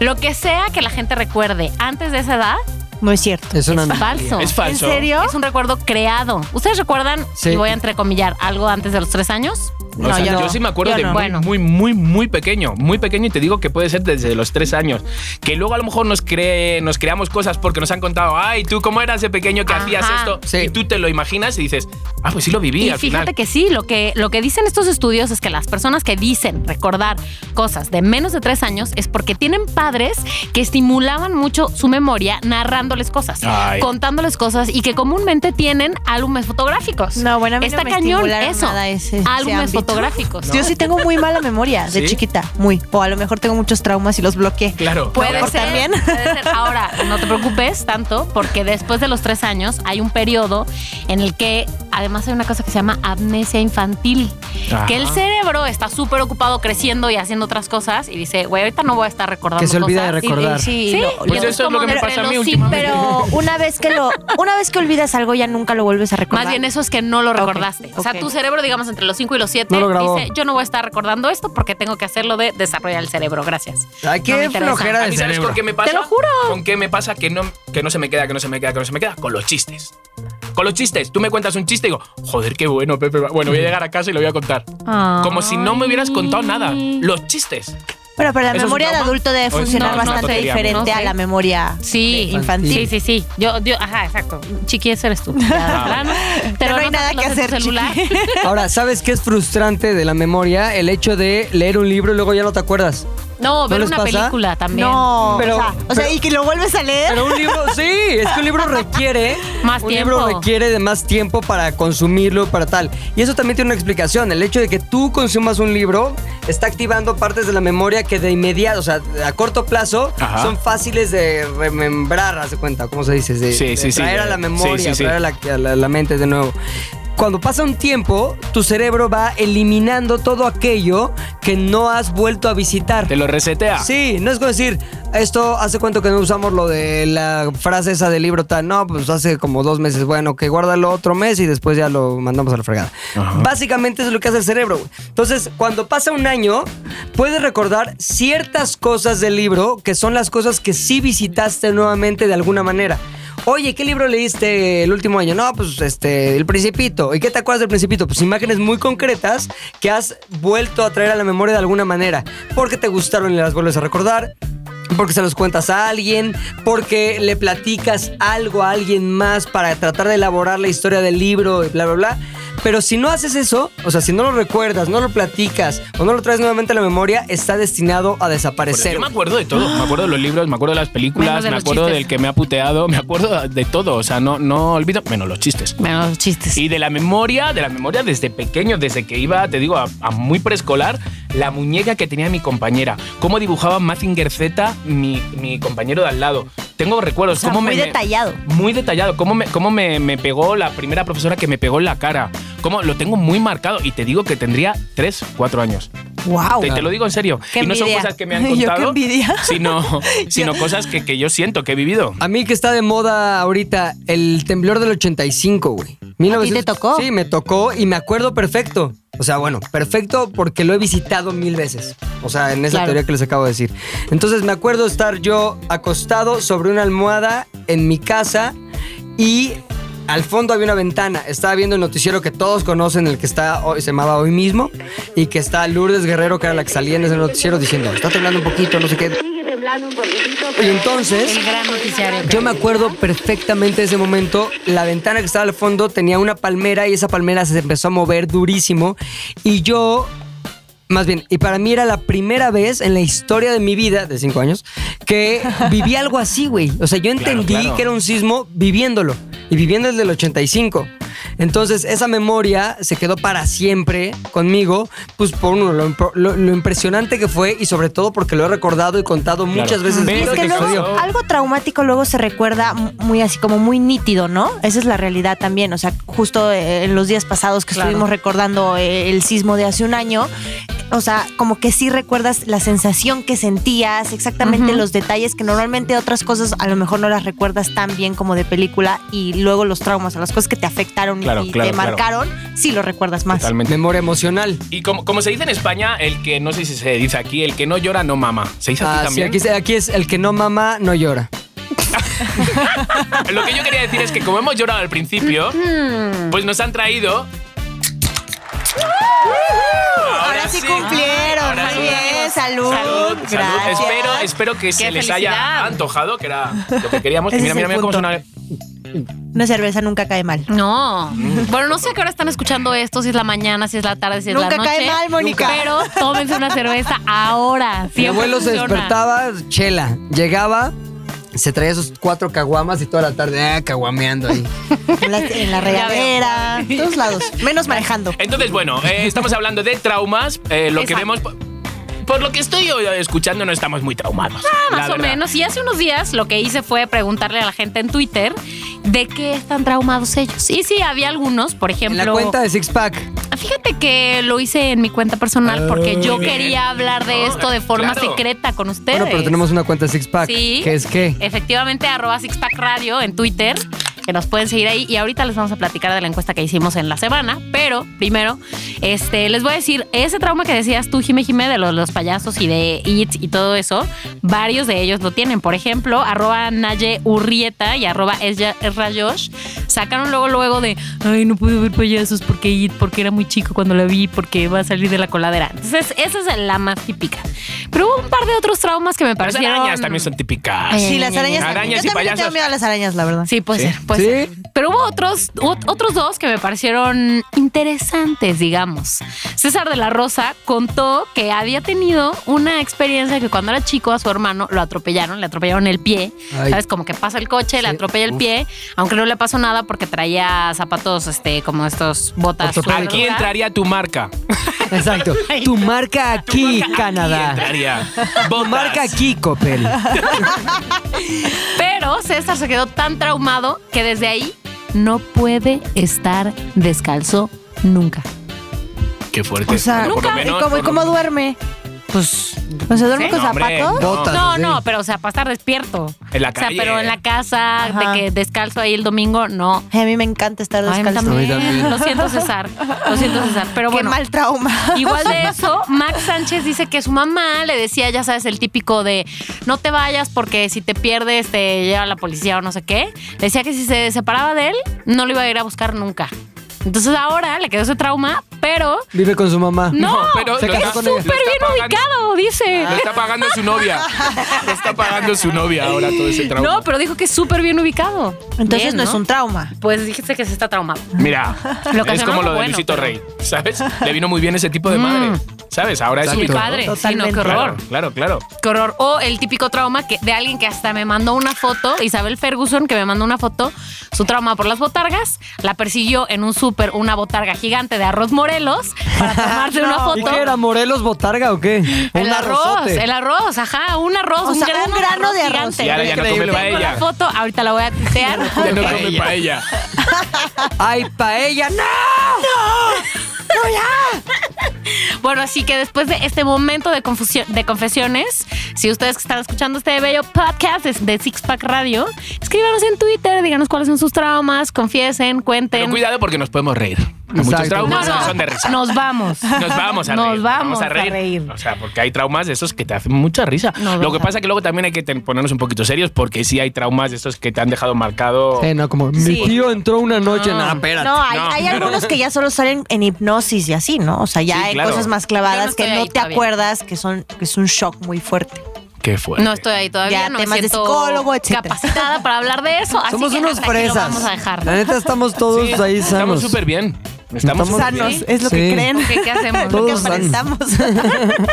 Lo que sea que la gente recuerde antes de esa edad No es cierto. Es una es falso. Es falso. ¿En serio? Es un recuerdo creado. ¿Ustedes recuerdan, Sí. y voy a entrecomillar, algo antes de los tres años? O sea, yo yo, no. sí me acuerdo Yo de no. muy, Bueno. muy, muy, muy pequeño, muy pequeño y te digo que puede ser desde los tres años. Que luego a lo mejor nos, cree, nos creamos cosas porque nos han contado, ay, tú cómo eras de pequeño que Ajá. hacías esto Sí. y tú te lo imaginas y dices, ah, pues sí lo viví Y al fíjate final. que sí, lo que, lo que dicen estos estudios es que las personas que dicen recordar cosas de menos de tres años es porque tienen padres que estimulaban mucho su memoria narrándoles cosas, Ay. contándoles cosas y que comúnmente tienen álbumes fotográficos. No, bueno, a mí no Está me cañón estimularon eso. nada ese- ese álbumes ámbito. fotográficos. Yo sí tengo muy mala memoria de ¿Sí? chiquita, muy. O a lo mejor tengo muchos traumas y los bloqueé. Claro. Puede Por ser, también. puede ser. Ahora, no te preocupes tanto, porque después de los tres años hay un periodo en el que además hay una cosa que se llama amnesia infantil. Ajá. Que el cerebro está súper ocupado creciendo y haciendo otras cosas y dice, güey, ahorita no voy a estar recordando. Que se olvida de cosas". recordar. Sí, sí. Sí, lo- Y Pues entonces eso es lo como que me entre pasa a los mí sí, últimamente. Pero una vez que lo, una vez que olvidas algo ya nunca lo vuelves a recordar. Más bien eso es que no lo Ok, recordaste. O sea, ok. tu cerebro, digamos, entre los 5 y los 7, No lo grabó. dice, yo no voy a estar recordando esto porque tengo que hacerlo de desarrollar el cerebro. Gracias. Ay, No me qué interesa. flojera ¿A de mí sabes cerebro. con qué me pasa? Te lo juro. ¿Con qué me pasa que no, que no se me queda, que no se me queda, que no se me queda? Con los chistes. Con los chistes. Tú me cuentas un chiste y digo, joder, qué bueno, Pepe. Bueno, voy a llegar a casa y lo voy a contar. Como si no me hubieras contado nada. Los chistes. Pero, pero la ¿Eso es un memoria de trauma? adulto ¿O debe es- no, funcionar es una bastante tontería, diferente amor? a la memoria Sí. Sí, infantil. sí, sí. Yo, yo, ajá, exacto. Chiqui, eso eres tú. Ya, plano. Te Pero no hay anotas nada los que de tu hacer, celular. chiqui. Ahora, ¿sabes qué es frustrante de la memoria? El hecho de leer un libro y luego ya no te acuerdas. No, ver les una pasa? película también. No, Pero- o sea, o sea, y que lo vuelves a leer. Pero un libro, sí, es que un libro requiere Más un tiempo. libro requiere de más tiempo para consumirlo, para tal. Y eso también tiene una explicación. El hecho de que tú consumas un libro está activando partes de la memoria que de inmediato, o sea, a corto plazo, Ajá. son fáciles de remembrar, haz de cuenta, ¿cómo se dice? De, Sí, de sí, sí, traer de- a la memoria, sí, sí, sí. traer a la, a la- a la mente de nuevo. Cuando pasa un tiempo, tu cerebro va eliminando todo aquello que no has vuelto a visitar. Te lo resetea. Sí, no es como decir, esto hace cuánto que no usamos lo de la frase esa del libro tal. No, pues hace como dos meses. Bueno, que guárdalo otro mes y después ya lo mandamos a la fregada. Básicamente eso es lo que hace el cerebro. güey. Entonces, cuando pasa un año, puedes recordar ciertas cosas del libro que son las cosas que sí visitaste nuevamente de alguna manera. Oye, ¿qué libro leíste el último año? No, pues este, El Principito. ¿Y qué te acuerdas del Principito? Pues imágenes muy concretas que has vuelto a traer a la memoria de alguna manera. Porque te gustaron y las vuelves a recordar. porque se los cuentas a alguien, porque le platicas algo a alguien más para tratar de elaborar la historia del libro y bla, bla, bla. Pero si no haces eso, o sea, si no lo recuerdas, no lo platicas o no lo traes nuevamente a la memoria, está destinado a desaparecer. Pues Yo me acuerdo de todo. Me acuerdo de los libros, me acuerdo de las películas, Menos de me los acuerdo chistes. del que me ha puteado, me acuerdo de todo. O sea, no, no olvido, menos los chistes. Bueno, los chistes. Y de la memoria, de la memoria desde pequeño, desde que iba, te digo, a, a muy preescolar, la muñeca que tenía mi compañera, cómo dibujaba Mazinger Z mi, mi compañero de al lado. Tengo recuerdos. O sea, cómo me- muy me- detallado. Muy detallado. Cómo, me, cómo me, me pegó la primera profesora que me pegó en la cara. Cómo lo tengo muy marcado. Y te digo que tendría 3, 4 años. ¡Wow! Te, te lo digo en serio. Qué y no son envidia. cosas que me han Yo, contado, qué envidia. sino, sino cosas que, que yo siento, que he vivido. A mí que está de moda ahorita el temblor del 85, güey. 1900 te tocó? Sí, me tocó y me acuerdo perfecto. O sea, bueno, perfecto porque lo he visitado mil veces. O sea, en esa Claro. teoría que les acabo de decir. Entonces me acuerdo estar yo acostado sobre una almohada en mi casa y al fondo había una ventana. Estaba viendo el noticiero que todos conocen, el que está hoy, se llamaba hoy mismo, y que está Lourdes Guerrero, que era la que salía en ese noticiero, diciendo, está temblando un poquito, no sé qué. Y entonces... El gran noticiario. Yo me acuerdo perfectamente de ese momento. La ventana que estaba al fondo tenía una palmera y esa palmera se empezó a mover durísimo. Y yo, más bien, y para mí era la primera vez en la historia de mi vida, de cinco años, que viví algo así, güey. O sea, yo entendí claro. que era un sismo viviéndolo y viviendo el del 85. Entonces, esa memoria se quedó para siempre conmigo, pues por uno, lo, impro- lo- lo impresionante que fue y sobre todo porque lo he recordado y contado muchas veces. Pero Y es lo que te luego causó- algo traumático luego se recuerda m- muy así como muy nítido, ¿no? Esa es la realidad también. O sea, justo eh, en los días pasados que Claro. estuvimos recordando eh, el sismo de hace un año, o sea, como que sí recuerdas la sensación que sentías, exactamente Ujú. los detalles que normalmente otras cosas a lo mejor no las recuerdas tan bien como de película y luego los traumas o las cosas que te afectaron Claro, y claro, te claro. marcaron, sí lo recuerdas más. Totalmente. Memoria emocional. Y como, como se dice en España, el que no sé si se dice aquí, el que no llora no mama. ¿Se dice aquí Ah, sí, también? aquí, se- aquí es el que no mama, no llora. Lo que yo quería decir es que como hemos llorado al principio, pues nos han traído. Ahora sí cumplieron, Ahora muy sí. bien, salud, Salud, salud. gracias. Espero, espero que se Qué les felicidad. haya antojado, que era lo que queríamos. Y Ese mira, es mira, el mira cómo punto. suena. Una cerveza nunca cae mal. No. Bueno, no sé a qué hora están escuchando esto, si es la mañana, si es la tarde, si es la Nunca noche. cae mal, Mónica. Pero tómense una cerveza ahora. Mi Siempre abuelo se funciona. despertaba, chela. Llegaba, se traía esos cuatro caguamas y toda la tarde, ah, caguameando ahí. En la, en la regadera, en todos lados. Menos manejando. Entonces, bueno, eh, estamos hablando de traumas. eh, lo Exacto. que vemos. Por, por lo que estoy hoy escuchando, no estamos muy traumados. Ah, más la o verdad. menos. Y hace unos días lo que hice fue preguntarle a la gente en Twitter de qué están traumados ellos. Y sí, había algunos, por En ejemplo. la cuenta de Six Pack. Fíjate que lo hice en mi cuenta personal porque yo bien. quería hablar de No, esto de forma claro. secreta con ustedes. Bueno, pero tenemos una cuenta de Six Pack. Sí. ¿Qué es qué? Efectivamente, arroba Sixpack Radio en Twitter, que nos pueden seguir ahí. Y ahorita les vamos a platicar de la encuesta que hicimos en la semana. Pero primero, este, les voy a decir, ese trauma que decías tú, Jime Jime, de los, los payasos y de IT y todo eso, varios de ellos lo tienen. Por ejemplo, arroba Naye Urrieta y arroba Esya- Esra Josh sacaron luego, luego de, ay, no pude ver payasos porque IT, porque era muy chico cuando la vi, porque va a salir de la coladera. Entonces, esa es la más típica. Pero hubo un par de otros traumas que me Las parecieron... arañas Pues también son típicas. Ay, Sí, las arañas. Arañas yo y también le tengo payasos. miedo a las arañas, la verdad. Pues Sí, puede Sí. ser, puede Sí. ser. Pero hubo otros, ot- otros dos que me parecieron interesantes, digamos. César de la Rosa contó que había tenido una experiencia que cuando era chico a su hermano lo atropellaron, le atropellaron el pie. Ay. ¿Sabes? Como que pasa el coche, le Sí. atropella el Uf. pie, aunque no le pasó nada porque traía zapatos, este, como estos botas. sueltas. Aquí entraría tu marca. Exacto. Tu marca aquí, Canadá. Entraría. Tu Botas. marca aquí, Copel. Pero César se quedó tan traumado que desde ahí no puede estar descalzo nunca. Qué fuerte. pues, O sea, Bueno, por lo ¿y menos, cómo, y por lo cómo menos. duerme? Pues, ¿no se duerme Sí, con no, hombre, zapatos? no. Botas. No, así. no, pero o sea, para estar despierto. En la O calle. sea, pero en la casa, Ajá. de que descalzo ahí el domingo, no. Ay, a mí me encanta estar Ay, a mí descalzo. también. A mí también. Lo siento, César. Lo siento, César. Pero Qué bueno. mal trauma. Igual de eso, Max Sánchez dice que su mamá le decía, ya sabes, el típico de no te vayas porque si te pierdes te lleva la policía o no sé qué. Decía que si se separaba de él, no lo iba a ir a buscar nunca. Entonces ahora le quedó ese trauma, pero Vive con su mamá. no, pero se lo casó está- con súper ella. bien lo está pagando- ubicado, dice. Lo está pagando su novia. Lo está pagando su novia ahora todo ese trauma. No, pero dijo que es súper bien ubicado. Entonces Bien, no es un trauma. Pues dijiste que se está traumado. Mira, Lo que es se como enoja, lo de bueno, Luisito pero- Rey, ¿sabes? Le vino muy bien ese tipo de madre, ¿sabes? Ahora es Sí, Mi único. padre. Sí, no, qué Totalmente. horror. Claro, claro, claro. Qué horror. O el típico trauma que, de alguien que hasta me mandó una foto, Isabel Ferguson, que me mandó una foto, su trauma por las botargas, la persiguió en un súper una botarga gigante de arroz morelos para tomarse una Ah, No. foto. ¿Y qué era? ¿Morelos Botarga o qué? El Un arroz, arrozote. el arroz, ajá, un arroz, O un, sea, grano un grano de arroz. gigante. Y ahora ya no come Increíble. Tengo la paella. foto, ahorita la voy a tuitear. Ya no come paella. ¡Ay, paella! ¡No! Bueno, así que después de este momento de, confusión, de confesiones, si ustedes que están escuchando este bello podcast de, de Six Pack Radio, escríbanos en Twitter, díganos cuáles son sus traumas, confiesen, Pero cuenten. cuidado porque nos podemos reír. Hay Muchos Exacto. traumas No, no, son de risa. Nos vamos. Nos vamos a Nos reír. vamos a reír. O sea, porque hay traumas de esos que te hacen mucha risa. Nos Lo vamos que a pasa es que luego también hay que ten- ponernos un poquito serios porque sí hay traumas de esos que te han dejado marcado. Eh, no, como mi tío entró una noche. No, espérate. No, hay, No. hay algunos que ya solo salen en hipnosis y así, ¿no? O sea, ya Sí, hay claro. cosas más Yo clavadas no estoy que no ahí te todavía. acuerdas, que son que es un shock muy fuerte. Qué fuerte. No estoy ahí todavía, Ya, no temas me de siento psicólogo, etcétera. capacitada para hablar de eso. así Somos que unos hasta aquí lo fresas. vamos a dejar. La neta, estamos todos Sí, ahí Estamos sanos. súper bien. Estamos Estamos súper Sanos, bien. es lo que Sí. creen. Ok, ¿qué hacemos? Lo que Todos sanos. aparentamos.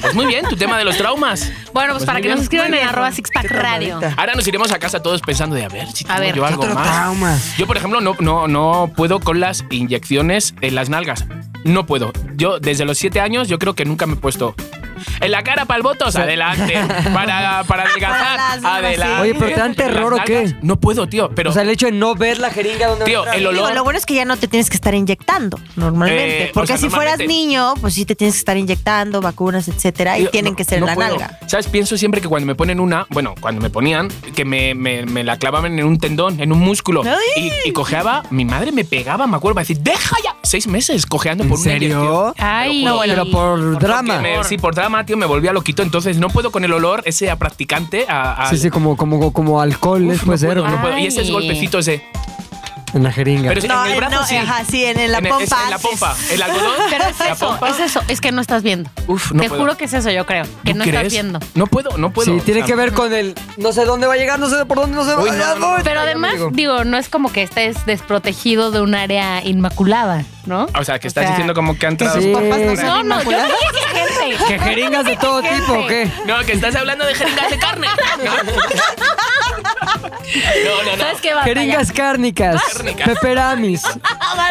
Pues muy bien, tu tema de los traumas. Bueno, pues, Pues para muy que bien. nos escriban Muy en bien. arroba Sixpack Radio. Ahora nos iremos a casa todos pensando de a ver si A tengo ver, yo ¿qué algo otro más. trauma? Yo, por ejemplo, no, no, no puedo con las inyecciones en las nalgas. No puedo. Yo, desde los siete años, yo creo que nunca me he puesto. En la cara para el botox, adelante. Para, para adelgazar, Para las nalgas, adelante. sí. Oye, ¿pero te dan En las terror o qué? nalgas, No puedo, tío. Pero, O sea, el hecho de no ver la jeringa donde tío, va a el entrar. Digo, olor. lo bueno es que ya no te tienes que estar inyectando normalmente. Eh, o porque sea, si fueras normalmente- niño, pues sí te tienes que estar inyectando, vacunas, etcétera, y Yo tienen no- que ser en no la puedo. nalga. ¿Sabes? Pienso siempre que cuando me ponen una, bueno, cuando me ponían, que me, me- me la clavaban en un tendón, en un músculo. ¡Ay! Y, y cojeaba, mi madre me pegaba, me acuerdo, me decía, deja ya. Seis meses cojeando por ¿En una inyección. serio? Ay, No, bueno, pero por drama. Me- sí, por drama, tío, me volvía loquito. Entonces no puedo con el olor ese a practicante. A, a- Sí, sí, como, como, como alcohol, Uf, puede no ser. puedo, no ¿no? puedo. Y Ay. esos golpecitos de. En la jeringa. Pero sí, No, en el eh, brazo no, sí. ajá, sí, en- en la es- pompa, en la sí. pompa. El algodón. Pero es la eso, pompa. es eso, es que no estás viendo. Uf, no Te puedo. juro que es eso, yo creo, que ¿Tú no crees? estás viendo. No puedo, no puedo. Ah, sí, tiene O sea, que ver con el no sé dónde va a llegar, no sé por dónde, no sé Uy, dónde. no, no, no. Pero además, digo, no es como que estés desprotegido de un área inmaculada, ¿no? O sea, que estás diciendo como que han entrado. sus papás no No, no, yo inmaculada. soy exigente. Que jeringas de todo tipo, ¿o qué? No, que estás hablando de jeringas de carne. No, no, no. ¿Sabes qué va? Jeringas cárnicas, Cárnicas. peperamis.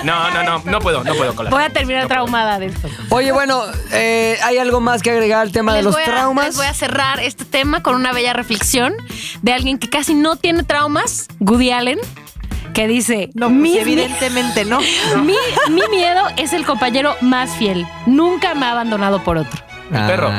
No, no, no, no puedo, no puedo con la- Voy a terminar no puedo. traumada de esto. Oye, bueno, eh, ¿hay algo más que agregar al tema de los voy a- les traumas? voy a cerrar este tema con una bella reflexión de alguien que casi no tiene traumas, Goody Allen, que dice, No, pues, mi, evidentemente no. mi- mi miedo es el compañero más fiel. Nunca me ha abandonado por otro. El perro.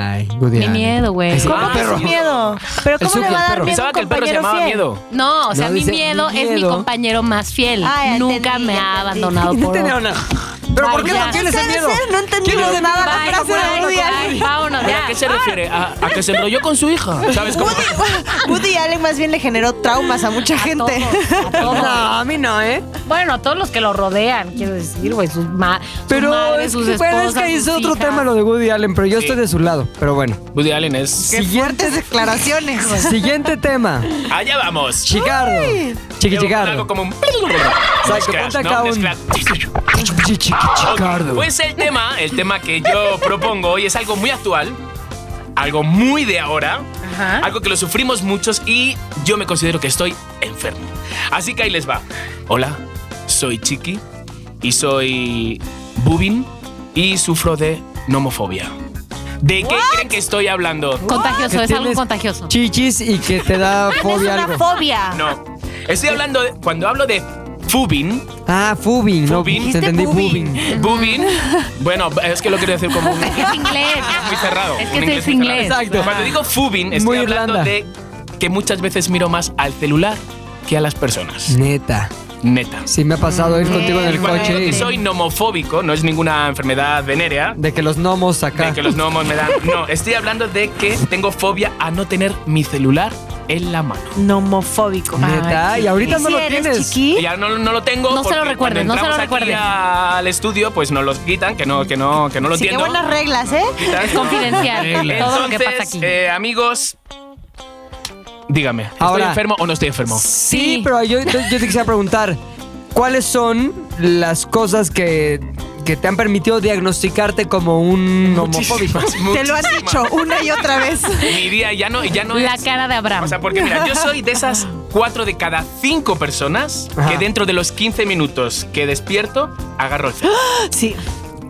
Mi miedo, güey. Ese- ¿Cómo ¿Cómo Ah, perro? sí. miedo? ¿Pero El cómo le sucio, va el a dar perro. miedo a Pensaba un que el perro se compañero llamaba fiel? miedo. No, o sea, No, mi, dice, miedo mi es mi miedo. compañero más fiel. Ah, ya Nunca entendí, me ya ha entendí. abandonado No por entendieron otro. nada. ¿Pero por qué Vaya. no tienes ese Puede miedo? ser, no entendí ¿Quién es nada. Bye, frase de bye, Woody bye. Allen. Vámonos, ¿Pero ¿A ya. qué se refiere? ¿A, a que se enrolló con su hija? ¿Sabes cómo? Woody- Woody Allen más bien le generó traumas a mucha gente. Todos, a todos. No, a mí no, ¿eh? Bueno, a todos los que lo rodean, quiero decir, güey, sus, ma sus Pero madres, es, sus que, esposas, bueno, es que es sus otro hijas. tema lo de Woody Allen, pero yo Sí. estoy de su lado. Pero bueno. Woody Allen es. Qué fuertes declaraciones. Siguiente tema. Allá vamos. Chicardo. Chiqui Algo Chicardo. como un. Mezclas, ponte acá ¿no? un- Mezclas. Chiqui Chicardo. Pues el tema, el tema que yo propongo hoy es algo muy actual, algo muy de ahora, algo que lo sufrimos muchos y yo me considero que estoy enfermo. Así que ahí les va. Hola, soy Chiqui y soy Bubin y sufro de nomofobia. ¿De qué creen que estoy hablando? Contagioso, Que es algo tienes contagioso. Chichis y que te da fobia es una algo. fobia. No, estoy hablando de, cuando hablo de Fubin, Ah, Fubin. No, te Fubin. Dijiste entendí Fubin. Fubin. Bubin, bueno, es que lo quiero decir como un, Es inglés. muy cerrado. Es un que es muy cerrado. inglés. Exacto. Ajá. Cuando digo fubin, estoy Muy hablando Irlanda. de que muchas veces miro más al celular que a las personas. Neta. Neta. Sí me ha pasado ir contigo en Y el cuando digo coche que y soy nomofóbico, no es ninguna enfermedad venérea, de que los gnomos acá. de que los gnomos me dan. No, estoy hablando de que tengo fobia a no tener mi celular en la mano. Nomofóbico. Neta, Ay, y ahorita no si lo eres tienes. chiqui, Ya no, no lo tengo. No se lo porque recuerdes, cuando no se lo entramos aquí recuerdes. Al estudio, pues nos los quitan, que no, que no, que no lo sí, qué entiendo. buenas reglas, ¿eh? Quitan. Es confidencial, Entonces, todo lo que pasa aquí. eh, amigos, dígame, ¿estoy Ahora. enfermo o no estoy enfermo? Sí, pero yo, yo- yo te quisiera preguntar, ¿cuáles son las cosas que, que te han permitido diagnosticarte como un homofóbico? Te lo han muchísimas. dicho una y otra vez. Mi día ya no, ya no La es. cara de Abraham. O sea, porque mira, yo soy de esas cuatro de cada cinco personas Ajá. que dentro de los 15 minutos que despierto, agarro el cel. Sí.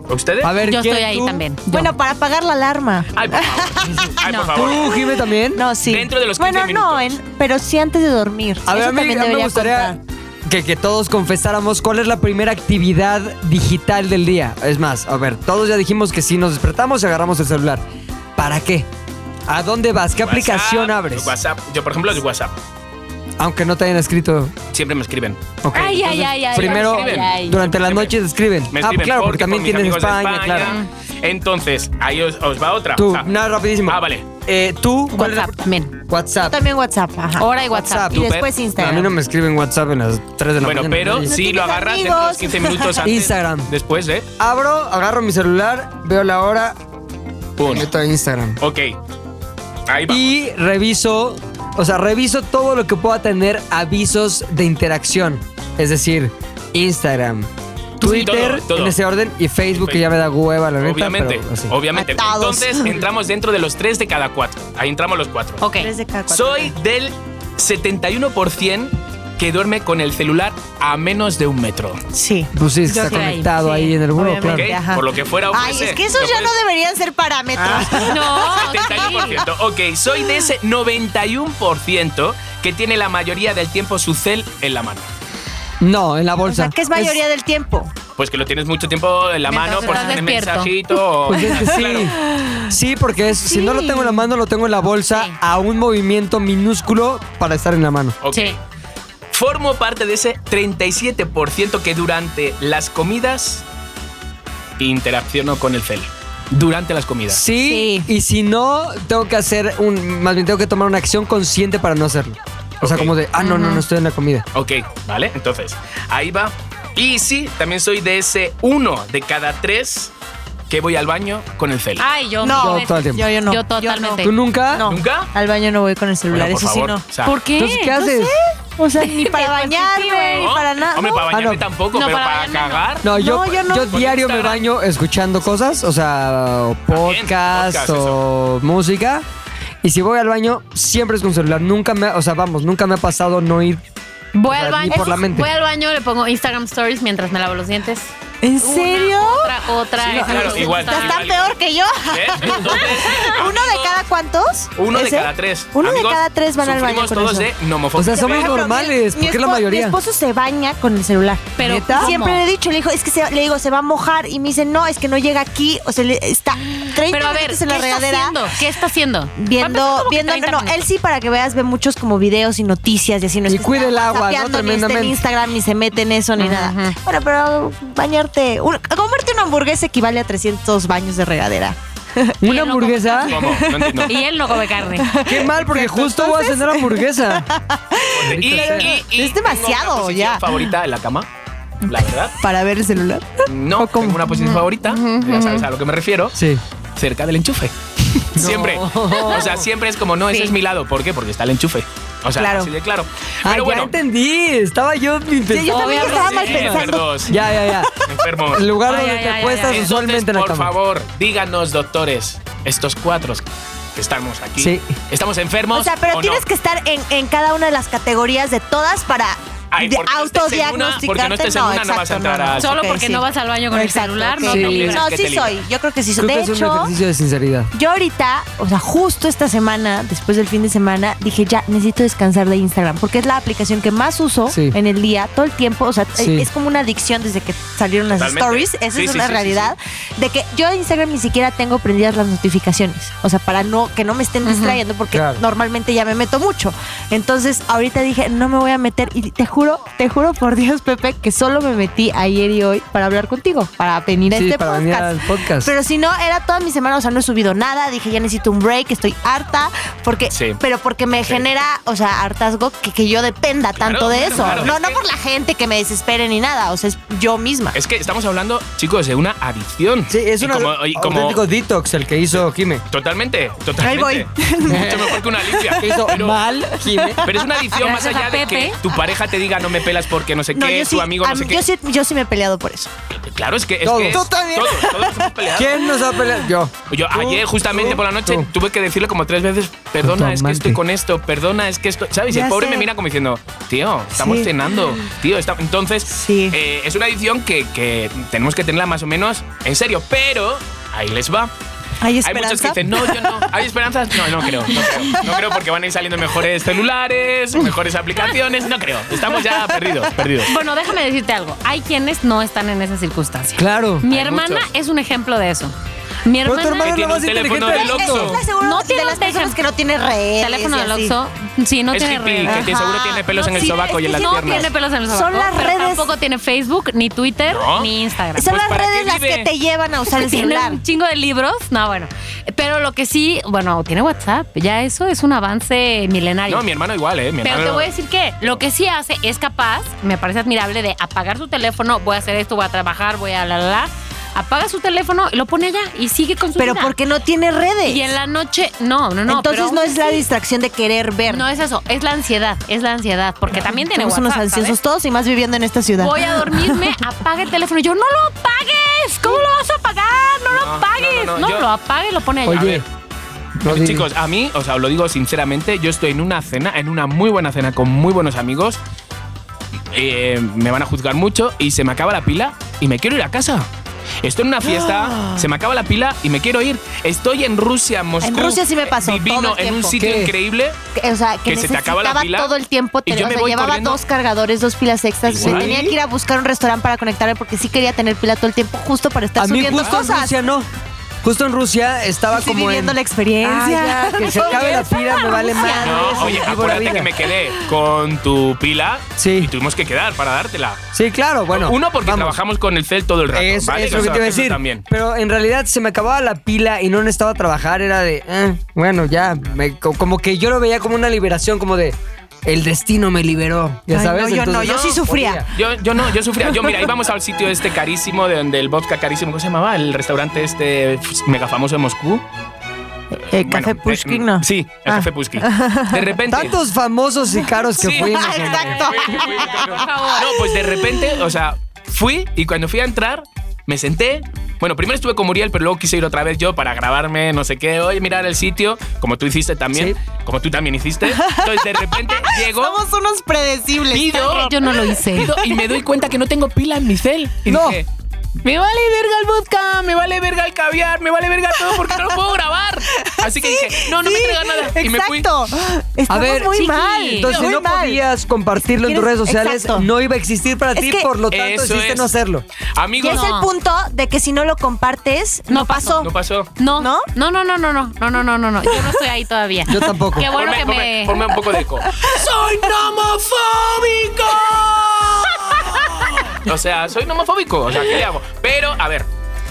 ¿Ustedes? A ver, yo ¿quién estoy ahí tú? también. Yo. Bueno, para apagar la alarma. Ay, por favor. Ay, por No. favor. ¿Tú, Jime, también? No, sí. Dentro de los 15 Bueno, no, minutos. en- pero sí antes de dormir. A ver, Eso a mí, también a mí me debería gustaría contar. que, que todos confesáramos cuál es la primera actividad digital del día. Es más, a ver, todos ya dijimos que si nos despertamos y agarramos el celular. ¿Para qué? ¿A dónde vas? ¿Qué aplicación WhatsApp, abres? WhatsApp. Yo, por ejemplo, de WhatsApp. Aunque no te hayan escrito. Siempre me escriben. Ok, Ay, ay, entonces, ay, ay, Primero, ay, ay, ay. durante la Siempre. noche escriben. Me ah, escriben claro, porque con también mis tienes amigos de España, claro. Mm. Entonces, ahí os, os va otra. Tú, Ah, nada, rapidísimo. Ah, vale. Eh, tú, ¿cuál es la- WhatsApp también. WhatsApp. También WhatsApp, ajá. Hora y WhatsApp. Y Tú, después Pep. A mí Instagram. no me escriben WhatsApp en las 3 de la Bueno, mañana. pero ¿no? si lo tienes agarras dentro de los amigos. 15 minutos antes. Instagram. Después, ¿eh? Abro, agarro mi celular, veo la hora, me Pum. meto a Instagram. Ok. Ahí va. Y reviso, o sea, reviso todo lo que pueda tener avisos de interacción. Es decir, Instagram, Twitter, todo, todo. en ese orden, y Facebook, Y que ya me da hueva, la neta. Obviamente, pero así. obviamente. Atados. Entonces entramos dentro de los tres de cada cuatro. Ahí entramos los cuatro. Ok. Tres de cada cuatro. Soy del 71% que duerme con el celular a menos de un metro. Sí. Pues sí, es que Yo está soy ahí, conectado ahí, sí, en el muro, obviamente. claro. ¿Ok? Ajá. Por lo que fuera Ay, fuese, es que esos lo ya puedes- no deberían ser parámetros. No, sí. 71%. Ok, soy de ese 91% que tiene la mayoría del tiempo su cel en la mano. No, en la O bolsa. sea, que es mayoría del tiempo. Pues que lo tienes mucho tiempo en la Mientras mano por si estás tiene despierto. mensajito. o- Pues es que sí. Claro. Sí, porque es- si no lo Sí. tengo en la mano, lo tengo en la bolsa Sí. a un movimiento minúsculo para estar en la mano. Ok. Sí. Formo parte de ese 37% que durante las comidas interacciono con el cel. Durante las comidas. Sí, y si no, tengo que hacer un. Más bien, tengo que tomar una acción consciente para no hacerlo. O sea, Ok. como de, ah, no, no, no estoy en la comida. Ok, vale, entonces, ahí va. Y sí, también soy de ese uno de cada tres que voy al baño con el cel. Ay, yo. No. mil Yo todo el veces. tiempo. Yo, yo no. Yo totalmente. ¿Tú nunca? No. ¿Nunca? Al baño no voy con el Bueno, celular, por eso favor. sí no. o sea, ¿Por qué? Entonces, ¿qué haces? O sea, ni para bañarme, güey. ni ¿no? para nada. Hombre, para no. Ah, no. bañarme tampoco, No, pero para para, bañarme no. cagar. No, yo, No, yo no. yo Con diario me Instagram. baño escuchando cosas, o sea, o También, podcast, podcast, o música. Y si voy al baño, siempre es con celular. Nunca me, o sea, vamos, nunca me ha pasado no ir. Voy al Ni baño. por la mente. Voy al baño, le pongo Instagram Stories mientras me lavo los dientes. Una, ¿En serio? otra, otra. Sí, Eso claro, me igual, gusta. ¿Estás tan Igual. peor que yo? ¿Eh? Entonces, ¿Uno de amigos, cada cuántos? Uno de ¿Ese? cada tres. Uno Amigos, de cada tres van al baño sufrimos con todos ¿eh? eso. de nomofobia. O sea, Por somos ejemplo, normales, mi- mi ¿por qué la esposo- mayoría? Mi esposo se baña con el celular. Pero, ¿Neta? ¿cómo? siempre le he dicho, le digo, es que se- le digo, se va a mojar y me dice, "No, es que no llega aquí", o sea, le- está 30 Pero a ver, minutos ¿qué en la está regadera. haciendo? ¿Qué está haciendo? Para empezar, Viendo, ¿cómo que viendo, 30 no, no, él minutos? sí para que veas ve muchos como videos y noticias y así no Y es que cuida está el agua, ¿no? zapeando, ni está en Tremendamente. Instagram ni se mete en eso ni nada. Bueno, pero bañarte, un- comerte una hamburguesa equivale a 300 baños de regadera. Una no como- hamburguesa. ¿Cómo? No entiendo. Y él no come carne. Qué mal, porque justo voy a cenar hamburguesa. Y- y- y Es tengo una demasiado, posición ya. favorita en la cama, la verdad. Para ver el celular. No, tengo una posición favorita, ya sabes a lo que me refiero. Sí. cerca del enchufe. siempre. O sea, siempre es como, no, ese Sí. es mi lado. ¿por qué? Porque está el enchufe. O sea, Claro. así de claro. Ah, Pero ya bueno, entendí. Estaba yo Sí, yo intentando. también Obviamente, estaba mal sí, pensando. enfermos, Ya, ya, ya. enfermos. El lugar Ay, donde ay, te ay, acuestas ay, ay. Entonces, usualmente en la por cama. favor, díganos, doctores, estos cuatro que estamos aquí, Sí. ¿estamos enfermos O sea, pero o tienes no? que estar en, en cada una de las categorías de todas para Ay, de- porque no estés en una- autodiagnosticarte. porque no estés en una, no vas a entrar a- Solo Ah, Ok, porque sí. no vas al baño con el Exacto, celular, ok. no Sí. te obligas No, que te sí libras. soy. Yo creo que sí soy. Creo De que es un hecho, ejercicio de sinceridad. Yo ahorita, o sea, justo esta semana, después del fin de semana, dije ya necesito descansar de Instagram porque es la aplicación que más uso Sí. en el día, todo el tiempo. O sea, eh, Sí. es como una adicción desde que salieron las Totalmente. stories. Esa Sí, es sí, una sí, sí, realidad de que yo en Instagram ni siquiera tengo prendidas las notificaciones. O sea, para no que no me estén distrayendo porque Claro. normalmente ya me meto mucho. Entonces, ahorita dije no me voy a meter y te juro, te juro por Dios, Pepe, que solo me metí ayer y hoy para hablar contigo, para venir a Sí, este para podcast. venir al podcast. Pero si no, era toda mi semana, o sea, no he subido nada. Dije, ya necesito un break, estoy harta. Porque, Sí. Pero porque me Sí. genera, o sea, hartazgo que, que yo dependa tanto de claro, eso. claro. No, Es no que- por la gente que me desespere ni nada, o sea, es yo misma. Es que estamos hablando, chicos, de una adicción. Sí, es Y un como- y como- auténtico detox el que hizo Jime. Totalmente, totalmente. Ahí voy. Mucho mejor que una limpia. Que hizo Pero- mal Jime. Pero es una adicción Gracias más allá a de Pepe. que tu pareja te diga no me pelas porque no sé No, qué, yo tu sí, amigo a no sé mí- qué. yo sí, yo sí me he peleado por eso. Claro, es que es Todos. que es- Tú también. Todos, todos hemos peleado. ¿Quién nos va a pelear? Yo. Yo Tú, ayer justamente tú, por la noche tú. tuve que decirle como tres veces, perdona, Puto es que amante. estoy con esto, perdona, es que esto, ¿sabes? Y Ya el pobre sé. me mira como diciendo, tío, estamos Sí. cenando, tío, está-". entonces Sí. eh, es una adicción que, que tenemos que tenerla más o menos en serio, pero ahí les va. Hay Hay muchos que esperanza. dicen, no, yo no. ¿Hay esperanzas? No, no creo, no creo. No creo porque van a ir saliendo mejores celulares, mejores aplicaciones. No creo. Estamos ya perdidos, perdidos. Bueno, déjame decirte algo. Hay quienes no están en esa circunstancia. Claro. Mi Hay hermana muchos. es un ejemplo de eso. Mi Pero hermana. tu hermana es la tiene más un teléfono inteligente del del Oxxo. mundo. Está seguro No de tiene las personas teléfono. que no tiene redes. Teléfono y del así. Oxxo. Sí, no es tiene hippie, redes. que te- seguro tiene pelos en el sí, sobaco y en es las que No piernas. tiene pelos en el Son sobaco, las pero redes. Tampoco tiene Facebook, ni Twitter, No. ni Instagram. Son Pues, las ¿para qué redes las vive? que te llevan a usar el tiene celular. un chingo de libros. No, bueno. Pero lo que sí, bueno, tiene WhatsApp. Ya eso es un avance milenario. No, mi hermano igual, ¿eh? Mi pero te hermano- voy a decir que lo que sí hace es capaz, me parece admirable, de apagar su teléfono, voy a hacer esto, voy a trabajar, voy a la la la. Apaga su teléfono y lo pone allá y sigue con su Pero vida. porque no tiene redes. Y en la noche, no, no, no. Entonces pero- no es la distracción de querer ver. No es eso, es la ansiedad, es la ansiedad, porque también tiene Somos WhatsApp, unos ¿sabes? ansiosos todos y más viviendo en esta ciudad. Voy a dormirme, apaga el teléfono. Yo, no lo apagues. ¿Cómo lo vas a apagar? No No, lo no, apagues. No, no, no, yo- lo apague y lo pone allá. A Oye. ver. eh, no digas. Chicos, a mí, o sea, os lo digo sinceramente, yo estoy en una cena, en una muy buena cena con muy buenos amigos. eh, me van a juzgar mucho y se me acaba la pila y me quiero ir a casa. Estoy en una fiesta, se me acaba la pila y me quiero ir. Estoy en Rusia, en Moscú. Rusia sí me pasó, Divino, todo el en un tiempo. sitio ¿Qué? increíble. Que- O sea, que, que se te acaba la necesitaba pila todo el tiempo. y Te, yo o me sea, voy llevaba corriendo. dos cargadores, dos pilas extras. Me Igual. tenía que ir a buscar un restaurante para conectarme porque sí quería tener pila todo el tiempo justo para estar a mí subiendo justo en cosas. Rusia no. Justo en Rusia estaba Estoy como viviendo en... la experiencia. Ah, ya, que se acabe la pila, me vale madre. No, eso, oye, vivo la acuérdate vida. que me quedé con tu pila Sí. y tuvimos que quedar para dártela. Sí, claro, bueno. Uno porque vamos. trabajamos con el cel todo el rato, Es, ¿vale? es O lo que sea, te iba a eso decir. También. Pero en realidad se me acababa la pila y no necesitaba trabajar. Era de, eh, bueno, ya. me- co- como que yo lo veía como una liberación, como de, el destino me liberó. Ya Ay, sabes. no, yo no, yo sí sufría. podía. Yo, yo no, yo sufría. Yo, mira, íbamos al sitio este carísimo, de donde el vodka carísimo, ¿cómo se llamaba? El restaurante este mega famoso de Moscú. Eh, Café eh, Pushkin, ¿no? Sí, el Ah. Café Pushkin. De repente. Tantos famosos y caros que Sí. fuimos. Ah, hombre. exacto. Fui, fui, pero- No, pues de repente, o sea, fui y cuando fui a entrar, me senté. Bueno, primero estuve con Muriel, pero luego quise ir otra vez yo para grabarme, no sé qué, oye, mirar el sitio, como tú hiciste también, Sí. como tú también hiciste. Entonces, de repente llego, Somos unos predecibles. pido, Yo no lo hice. pido y me doy cuenta que no tengo pila en mi cel. Y No. dije, me vale verga el vodka, me vale verga el caviar, me vale verga todo porque no lo puedo grabar. Así que dije, no, no me Sí, traigan nada. Y me fui. Exacto. A Estamos ver, muy Chiqui. mal. Entonces, si muy no mal. podías compartirlo en tus redes ¿Quieres- sociales, exacto. no iba a existir para Es ti, que- por lo tanto, Eso decidiste es. no hacerlo. Y Amigos, es el punto de que si no lo compartes, no, No pasó. pasó. no pasó. No, ¿No? no, no, no, no, no, no, no, no, no, no, no. Yo no estoy ahí todavía. Yo tampoco. Qué bueno ponme, que ponme- me. ponme un poco de eco. ¡Soy nomofóbico! o sea, soy nomofóbico. O sea, ¿qué le hago? Pero, a ver.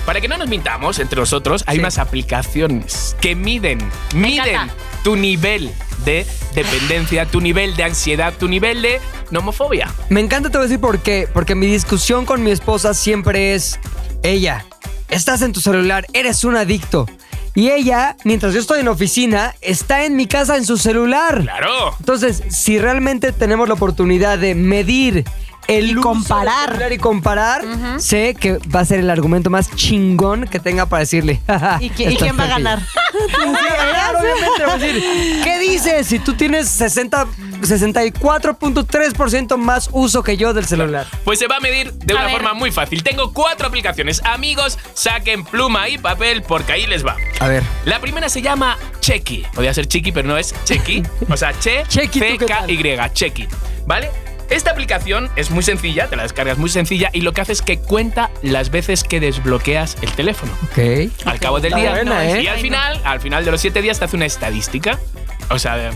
Para que no nos mintamos entre nosotros, hay Sí. unas aplicaciones que miden, miden encanta. tu nivel de dependencia, tu nivel de ansiedad, tu nivel de nomofobia. Me encanta, te voy a decir por qué. Porque mi discusión con mi esposa siempre es ella. Estás en tu celular, eres un adicto. Y ella, mientras yo estoy en la oficina, está en mi casa en su celular. Claro. Entonces, si realmente tenemos la oportunidad de medir el Y uso comparar. del celular y comparar, sé que va a ser el argumento más chingón que tenga para decirle. ¿Y, qui- y estás quién va a tranquila. ganar? Sí, claro, obviamente, le voy a decir, ¿Qué dices si tú tienes 60, 64.3% más uso que yo del celular? Pues se va a medir de A una ver. forma muy fácil. Tengo cuatro aplicaciones. Amigos, saquen pluma y papel porque ahí les va. A ver. La primera se llama Chequi. Podría ser Chiqui, pero no es Chequi. O sea, Che, Chequi, ¿tú qué C-K-Y, Chequi. ¿Vale? Esta aplicación es muy sencilla, te la descargas muy sencilla y lo que hace es que cuenta las veces que desbloqueas el teléfono. Ok. Al cabo del Está día. Ah, buena, Y ¿eh? al final, al final de los siete días te hace una estadística. O sea, de-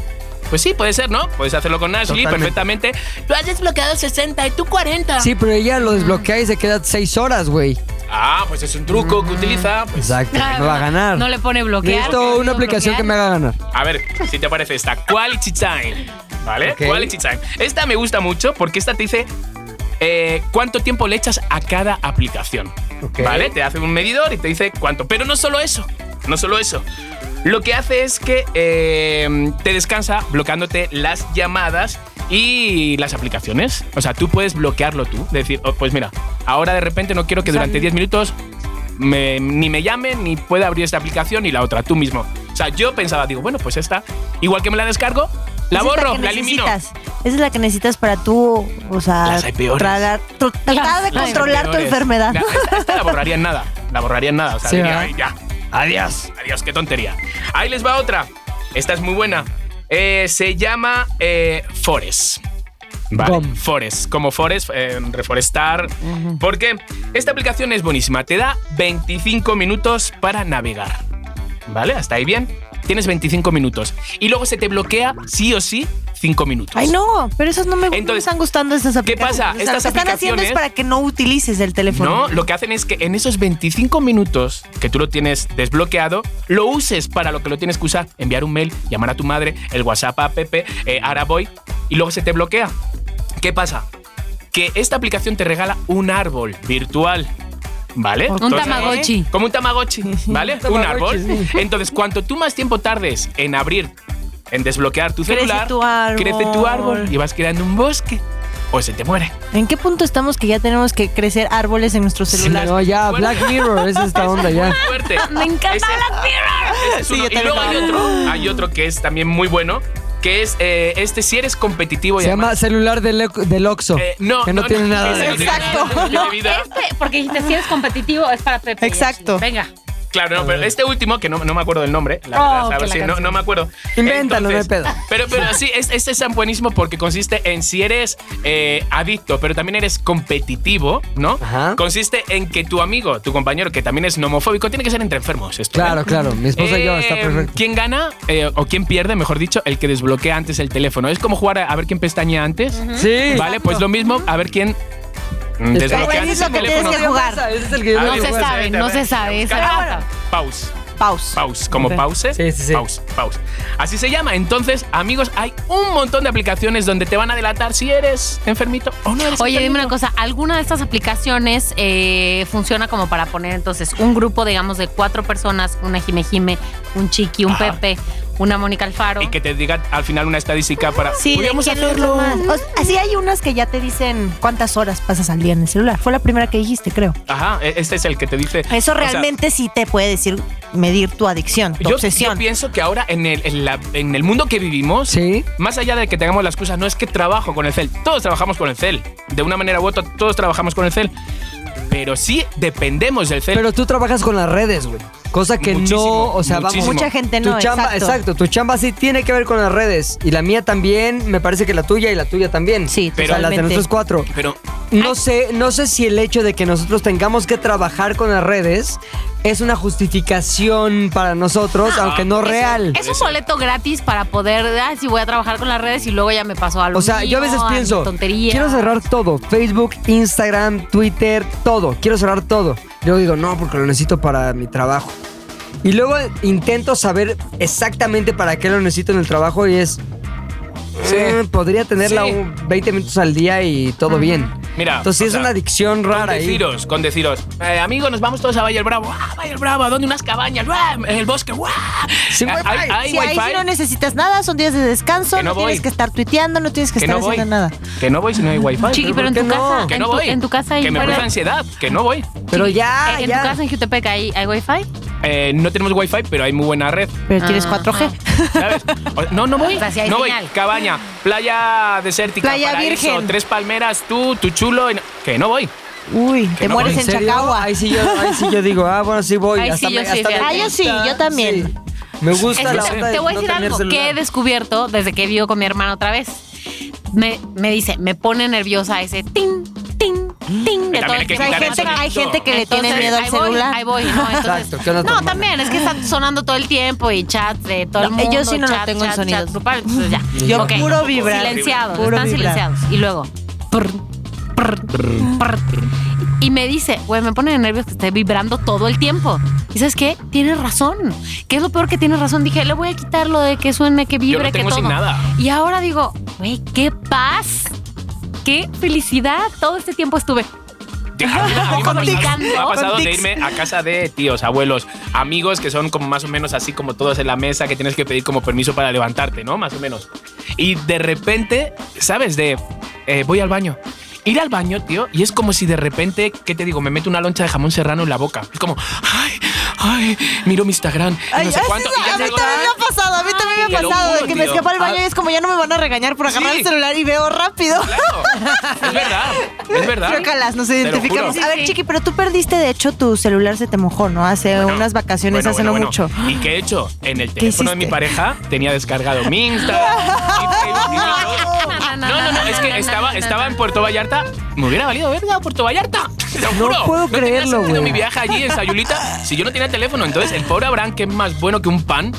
Pues sí, puede ser, ¿no? Puedes hacerlo con Ashley Totalmente. perfectamente. Tú has desbloqueado 60 y tú 40. Sí, pero ella lo desbloquea y se queda seis horas, güey. Ah, pues es un truco que utiliza. pues. Exacto, no va a ganar. Ah, No le pone bloquear. Necesito una aplicación que me haga ganar. A ver, si te parece esta, Quality Time. ¿Vale? Ok. Quality Time. Esta me gusta mucho porque esta te dice eh, cuánto tiempo le echas a cada aplicación. Ok. ¿Vale? Te hace un medidor y te dice cuánto. Pero no solo eso, no solo eso. Lo que hace es que eh, te descansa bloqueándote las llamadas y las aplicaciones. O sea, tú puedes bloquearlo tú. Decir, oh, pues mira, ahora de repente no quiero que durante 10 minutos me- ni me llamen, ni pueda abrir esta aplicación ni la otra, tú mismo. O sea, yo pensaba, digo, bueno, pues esta, igual que me la descargo, la Esa es borro, Pues que la elimino. necesitas. Esa es la que necesitas para tú, o sea, Las hay peores. tragar- tr- tratar de Las controlar tu peores. enfermedad. La- esta, esta la borraría en nada. La borraría en nada. O sea, Sí, diría, ¿verdad? "Ay, ya. Adiós. Adiós, qué tontería. Ahí les va otra. Esta es muy buena. Eh, se llama eh, Forest. Vale. Gom. Forest. Como Forest, eh, reforestar. Porque esta aplicación es buenísima. Te da 25 minutos para navegar. ¿Vale? Hasta ahí bien. Tienes 25 minutos. Y luego se te bloquea sí o sí 5 minutos. Ay, no, pero esas no me, no me Entonces, están gustando estas aplicaciones. pasa? O sea, Estas lo que están haciendo es aplicaciones- para que no utilices el teléfono. No, lo que hacen es que en esos 25 minutos que tú lo tienes desbloqueado, lo uses para lo que lo tienes que usar. Enviar un mail, llamar a tu madre, el WhatsApp a Pepe, eh, ahora voy, y luego se te bloquea. ¿Qué pasa? Que esta aplicación te regala un árbol virtual. ¿Vale? Un Tamagotchi. ¿eh? Como un Tamagotchi, ¿vale? un árbol. Tamagotchi, Entonces, cuanto tú más tiempo tardes en abrir, en desbloquear tu Crece celular, tu árbol. crece tu árbol y vas creando un bosque. O se te muere. ¿En qué punto estamos que ya tenemos que crecer árboles en nuestro celular? No, ya, Bueno. Black Mirror, es esta onda ya. Fuerte. Me encanta Ah, Ese- Black Mirror. es Sí, uno. yo y también luego lo hay amo. otro, hay otro que es también muy bueno, que es eh, este si eres competitivo y Se llama además- celular del, del Oxxo, Eh, no, que no, no, tiene no, nada ese de no tiene Exacto. nada de mi vida. Este, porque dijiste, si eres competitivo, es para Pepe. Exacto. Venga. Claro, no, pero este último, que no, no me acuerdo del nombre, la Oh, verdad, que ¿sabes? la Sí, no, canción. no me acuerdo. Invéntalo, no hay Entonces, pedo. Pero, pero sí, es- este es buenísimo porque consiste en si eres eh, adicto, pero también eres competitivo, ¿no? Ajá. Consiste en que tu amigo, tu compañero, que también es nomofóbico, tiene que ser entre enfermos. Esto, ¿eh? Claro, claro, mi esposa y yo, está Eh, perfecto. ¿Quién gana eh, o quién pierde, mejor dicho, el que desbloquea antes el teléfono? Es como jugar a, a ver quién pestaña antes. Sí. Vale, pues lo mismo, a ver quién mm, Está desbloquea buenísimo antes el que tienes teléfono. que jugar. Ese es el que yo A No ver, se pues, sabe, vete, no vete, se sabe, busca- esa es la Ah, bueno. Pause. Pause. Pause, como Ok. pauses. Sí, sí, sí. Pause, pause. Así se llama. Entonces, amigos, hay un montón de aplicaciones donde te van a delatar si eres enfermito o no eres Oye, dime enfermito. una cosa, ¿alguna de estas aplicaciones eh, funciona como para poner entonces un grupo, digamos, de cuatro personas, una Jime Jime, un Chiqui, un Ajá. Pepe, una Mónica Alfaro? Y que te diga al final una estadística para. Sí, de "Podríamos quién es lo más. O sea, así hay unas que ya te dicen cuántas horas pasas al día en el celular. Fue la primera que dijiste, creo. Ajá, e- este es el que te dice. Eso o sea, realmente sí te puede decir medir tu adicción, tu yo, yo obsesión. pienso que ahora en el, en la- en el mundo que vivimos, Sí. más allá de que tengamos las cosas, no es que trabajo con el cel. Todos trabajamos con el cel. De una manera u otra, todos trabajamos con el cel. Pero sí dependemos del cel. Pero tú trabajas con las redes, güey. Cosa que no, Muchísimo, o sea, vamos. muchísimo. Mucha gente tu no, chamba, exacto. tu chamba sí tiene que ver con las redes. Y la mía también, me parece que la tuya y la tuya también. Sí, O sea, las de totalmente. nosotros cuatro. Pero No sé, no sé si el hecho de que nosotros tengamos que trabajar con las redes es una justificación para nosotros, aunque no real. Ah, Es un boleto gratis para poder, ah, si voy a trabajar con las redes y luego ya me paso algo. O sea, yo a veces pienso, tontería. quiero cerrar todo, Facebook, Instagram, Twitter, todo, quiero cerrar todo. Yo digo, no, porque lo necesito para mi trabajo. Y luego intento saber exactamente para qué lo necesito en el trabajo y es, eh, podría tenerla Sí. un 20 minutos al día y todo bien. Mira, Entonces sí o es sea, una adicción rara con ahí. deciros, con deciros. eh, amigo, nos vamos todos a Valle del Bravo. Ah, Valle del Bravo, ¿a dónde? Unas cabañas. ¡Uah! En el bosque. ¡Uah! Sin Eh, wifi. Hay, hay Si ahí wifi. sí no necesitas nada, son días de descanso, Que no, no tienes voy. que estar tuiteando, no tienes que, que estar no voy. haciendo nada. Que no voy si no hay wifi. Chiqui, pero en tu ¿Por qué no? casa, que en, no tu, voy. en tu casa hay Que me fuera- produce ansiedad. Que no voy. Pero ya, en ya. tu casa en Jutepec hay, hay wifi. Eh, no tenemos wifi, pero hay muy buena red. Pero tienes Ah. 4G. ¿Sabes? O- No, no voy. O sea, si hay no señal. voy. Cabaña, playa desértica, Playa paraíso, virgen. tres palmeras, tú, tu chulo. y no- que no voy. Uy, te no mueres voy. en, ¿En serio? Chacagua. Ahí sí, yo, ahí sí yo digo, ah, bueno, sí voy. Ahí sí yo sí, fíjate. Ah, yo sí, yo también. Sí. Me gusta Es que la te, onda de te voy a no decir tener algo celular. que he descubierto desde que vivo con mi hermana otra vez. Me, me dice, me pone nerviosa ese ting, ting, ting de que también hay que todo el quitar tiempo hay, gente, el sonido. hay gente que le tiene Entonces, miedo al ahí voy, celular. ahí voy, no, entonces- Exacto, ¿qué onda tu no mamá? también, es que está sonando todo el tiempo y chat de todo el No, mundo. yo sí no lo chat, tengo en chat, sonidos. chat grupal, entonces ya. Yo Ok. puro vibrar. Silenciados, Puro están vibrar. silenciados. Y luego, prr, prr, prr. y me dice, güey, me pone de nervios que esté vibrando todo el tiempo. Y sabes qué, tienes razón. ¿Qué es lo peor que tienes razón? Dije, le voy a quitar lo de que suene, que vibre, Yo lo tengo que todo. sin nada. Y ahora digo, güey, qué paz, qué felicidad. Todo este tiempo estuve. Te- a mí- a mí me ha pasado- Con tics, me ha ¿no? pasado Con de tics. irme a casa de tíos, abuelos, amigos que son como más o menos así como todos en la mesa que tienes que pedir como permiso para levantarte, ¿no? Más o menos. Y de repente, ¿sabes? De eh, voy al baño. Ir al baño, tío, y es como si de repente, ¿qué te digo? Me meto una loncha de jamón serrano en la boca. Es como, ay, ay, miro mi Instagram. y Ay, no sé a veces cuánto. y ya a mí salgo- también me ha pasado, a mí también me ha te lo pasado juro, de que me tío. Ah. escapa el baño y es como ya no me van a regañar por agarrar Sí. el celular y veo rápido. Claro, es verdad, es verdad. Creo que a las nos lo identificamos. juro. A ver, Chiqui, pero tú perdiste, de hecho, tu celular se te mojó, ¿no? Hace Bueno, unas vacaciones, bueno, hace bueno, bueno. no mucho. ¿Y qué he hecho? En el teléfono de mi hiciste? pareja tenía descargado mi Insta. mi Facebook, mi todo. No, no, no, es que estaba, estaba en Puerto Vallarta. Me hubiera valido verga Puerto Vallarta. Te lo No juro. puedo tenía creerlo, sentido güey. mi viaje allí en Sayulita, si yo no tenía teléfono, entonces el pobre Abraham, que es más bueno que un pan,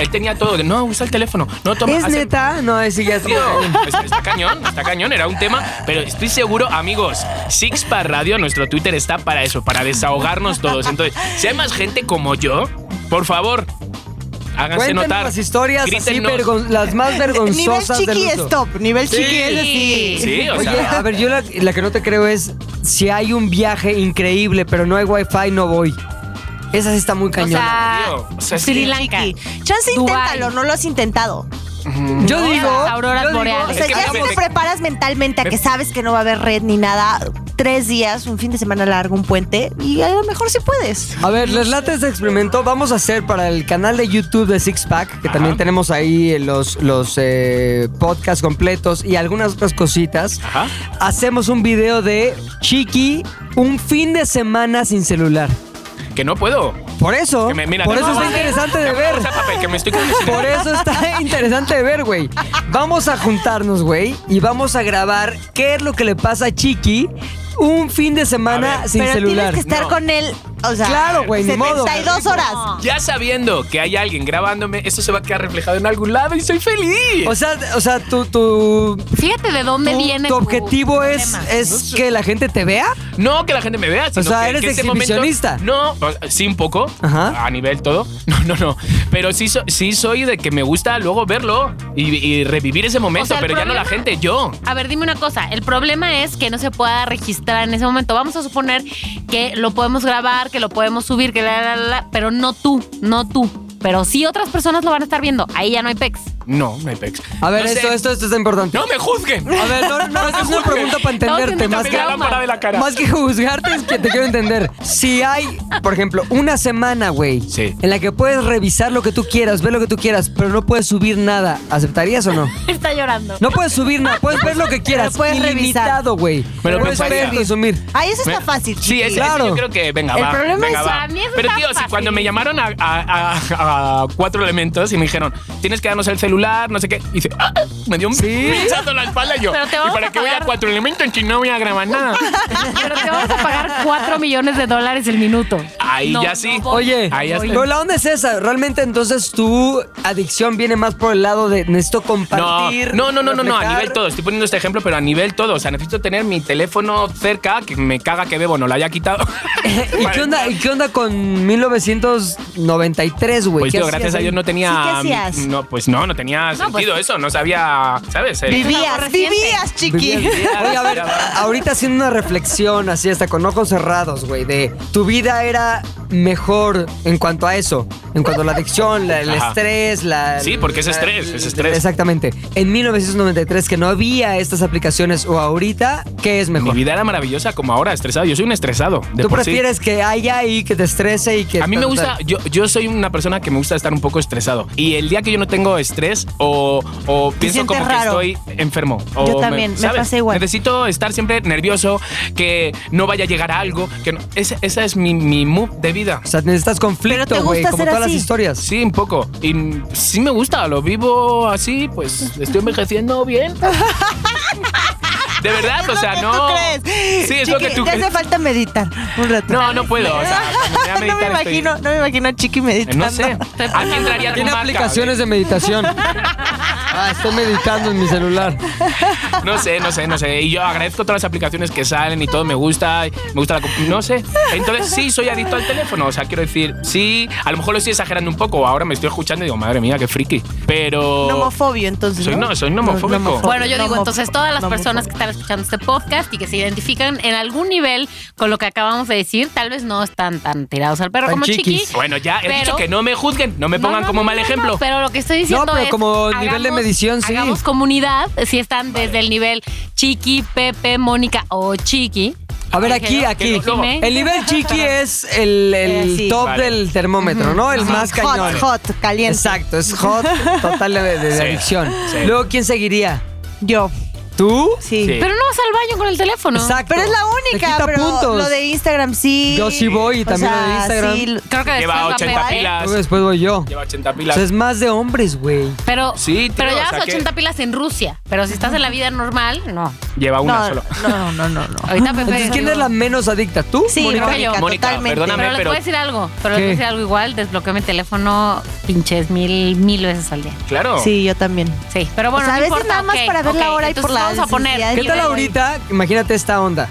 él tenía todo. que, No, usa el teléfono. No, toma. ¿Es haz el- neta? No, sí, ya Tío, estuvo. está, está cañón, está cañón, era un tema, pero estoy seguro, amigos, Sixpack Radio, nuestro Twitter está para eso, para desahogarnos todos. Entonces, si hay más gente como yo, por favor, háganse Cuéntenos notar. las historias así Grítennos. vergon- las más Nivel vergonzosas del Chiqui uso. stop, nivel Chiqui es Sí. así. Sí, o Oye, sea, a ver, yo la, la que no te creo es si hay un viaje increíble, pero no hay wifi, no voy. Esa sí está muy O cañona. sea, tío, o sea, es Sri que- Lanka. Chance Dubai. inténtalo, no lo has intentado. yo no, digo, las auroras yo digo- boreales. O Es sea, que ya me- si me- te preparas mentalmente a me- que sabes que no va a haber red ni nada, tres días, un fin de semana largo, un puente, y a lo mejor sí puedes. A ver, les late este experimento. Vamos a hacer para el canal de YouTube de Six Pack, que Ajá. también tenemos ahí los, los eh, podcasts completos y algunas otras cositas. Ajá. Hacemos un video de Chiqui, un fin de semana sin celular. que no puedo. Por eso, Que me- mira, por te- eso está no, no, interesante de no, ver. usa papel, que me estoy quedando sin- Por eso está interesante de ver, güey. Vamos a juntarnos, güey, y vamos a grabar qué es lo que le pasa a Chiqui un fin de A semana ver. sin pero celular. tienes que estar No. con él, o sea, Claro, güey, ni modo. 72 horas. Ya sabiendo que hay alguien grabándome, esto se va a quedar reflejado en algún lado y soy feliz. O sea, o sea, tu, tu, Fíjate de dónde tu- viene. tu objetivo es, eh, problema. es que la gente te vea. No que la gente me vea, sino sea, que, eres que este momento- exhibicionista. no, o- sí un poco, Ajá. a nivel todo. No, no, no. Pero sí, so- sí soy de que me gusta luego verlo y, y revivir ese momento, O sea, el pero ya no la problema- gente, yo. A ver, dime una cosa. El problema es que no se pueda registrar en ese momento. Vamos a suponer que lo podemos grabar, que lo podemos subir, que la, la, la, la, pero no tú, no tú. Pero sí otras personas lo van a estar viendo. Ahí ya no hay pex. No, no hay pex. A ver, No sé. esto, esto, esto está importante. No me juzguen. A ver, no, no, esto es una pregunta para entenderte. Estamos Más Quítame que, la lámpara de la cara. más que juzgarte es que te quiero entender. Si hay, por ejemplo, una semana, güey, Sí. en la que puedes revisar lo que tú quieras, ver lo que tú quieras, pero no puedes subir nada, ¿aceptarías o no? Está llorando. No puedes subir nada, puedes ver lo que quieras. Pero puedes revisar. ilimitado, güey. Pero Puedes pensaría. ver, consumir. Ahí eso está Me- fácil. Sí, Chiqui. es, Claro. yo creo que venga, El va. problema venga, es- va. a mí eso Pero está tío, si fácil. cuando me llamaron a, a- a- a cuatro elementos y me dijeron, tienes que darnos el celular, no sé qué, y dice, "Ah", me dio un pinchazo en la espalda y yo. Pero te ¿Y vamos para a qué voy a pagar". cuatro elementos si no voy a grabar nada? Pero te vamos a pagar 4 millones de dólares el minuto. Ahí No, ya sí. no, Oye, Ahí ya está. pero la onda es esa. Realmente, entonces, tu adicción viene más por el lado de necesito compartir. No, no, no, no, no, a reflejar. nivel todo. Estoy poniendo este ejemplo, pero a nivel todo. O sea, necesito tener mi teléfono cerca, que me caga que Bebo no lo haya quitado. ¿Y qué, onda, ¿Y qué onda con 1993, güey? Pues ¿Qué tío, hacías gracias a ahí? Dios no tenía. Sí, ¿qué hacías? No, pues no, no tenía No, sentido pues- eso. No sabía, ¿sabes? El- Vivías, reciente. vivías, Chiqui. Vivías- Oye, a ver, a- ahorita haciendo una reflexión así hasta con ojos cerrados, güey, de tu vida era mejor en cuanto a eso, en cuanto a la adicción, la- el Ajá. estrés, la... Sí, porque es la- estrés, es estrés. Exactamente. En 1993 que no había estas aplicaciones o ahorita, ¿qué es Mi mejor? vida era maravillosa como ahora, estresado. Yo soy un estresado. De ¿Tú por sí. prefieres que haya ahí, que te estrese y que... A mí me tal, gusta, tal? yo, yo soy una persona que me gusta estar un poco estresado. Y el día que yo no tengo estrés o, o pienso sientes como raro. que estoy enfermo. o Yo también, me ¿sabes? pasa igual. Necesito estar siempre nervioso, que no vaya a llegar a algo. Que no- ese- esa es mi, mi mood de vida. O sea, necesitas Pero conflicto, te güey, gusta como ser todas las así. historias. Sí, un poco. Y mm, sí me gusta, lo vivo así, pues estoy envejeciendo bien. De verdad, Es o lo sea, que no. tú crees. Sí, es lo que Chiqui, tú te crees. hace falta meditar un rato. No, no puedo. O sea, cuando voy a no me meditar estoy- Eh, imagino, no me imagino a Chiqui meditando. No sé. Aquí entraría tu Tiene marca, aplicaciones de meditación. Ah, estoy meditando en mi celular. No sé, no sé, no sé. Y yo agradezco todas las aplicaciones que salen y todo, me gusta, y me gusta la... compu- No sé. Entonces sí, soy adicto al teléfono. O sea, quiero decir, sí, a lo mejor lo estoy exagerando un poco. Ahora me estoy escuchando y digo, madre mía, qué friki. Pero... Nomofobio, entonces. Soy- no, soy nomofóbico. Bueno, yo digo Nomofo- entonces todas las nomofóbico. personas que están escuchando este podcast y que se identifican en algún nivel con lo que acabamos de decir, tal vez no están tan tirados al perro Tan como Chiqui. chiquis. Bueno, ya he Pero- dicho que no me juzguen, no me pongan No, no, como no, mal no, no, ejemplo. pero lo que estoy diciendo pero es, como nivel de medición, sí. Hagamos comunidad, si están desde el nivel Chiqui, Pepe, Mónica o Chiqui. A ver, aquí, aquí. que no. El nivel chiqui es el, el Eh, sí. top Vale. del termómetro, ¿no? El más cañón. Hot, hot, caliente. Exacto, es hot, total de, de- de Sí, adicción. sí. Luego, ¿quién seguiría? Yo, ¿Tú? sí. Sí. Pero no vas al baño con el teléfono. Exacto. Pero es la Te única, quita pero puntos. lo de Instagram sí. Yo sí voy, y O también lo de sea, Instagram. sí, Creo que Lleva después va 80 a pegar. pilas. Luego después voy yo. Lleva 80 O pilas. sea, es más de hombres, güey. Pues, Pero, Sí, tío, pero o llevas sea que- 80 pilas en Rusia. Pero si estás en la vida normal, no. Lleva una no, solo. no, no, no, no. Ahorita Pepe. Entonces, ¿quién es la menos adicta? ¿Tú? Sí, Mónica, Mónica, Mónica, totalmente. perdóname. Pero les pero- voy a decir algo. Pero les ¿Qué? voy a decir algo igual. Desbloqueo mi teléfono pinches mil, mil veces al día. Claro. Sí, yo también. Sí, pero bueno, O no sea, a veces importa, nada más ok, para ver la ok, hora y entonces por la vamos a poner. necesidad. ¿Qué tal Yo voy. ahorita? Imagínate esta onda.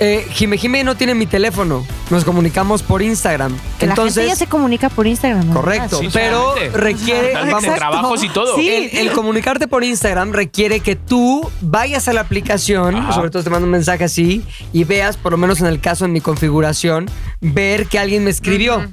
Eh, Jime Jime no tiene mi teléfono. Nos comunicamos por Instagram. Que la Entonces, gente ya se comunica por Instagram. ¿no? correcto. Sí, pero claramente. requiere. Totalmente, vamos, trabajos y todo. Sí. El, el comunicarte por Instagram requiere que tú vayas a la aplicación, Ajá. sobre todo te mando un mensaje así, y veas, por lo menos en el caso en mi configuración, ver que alguien me escribió.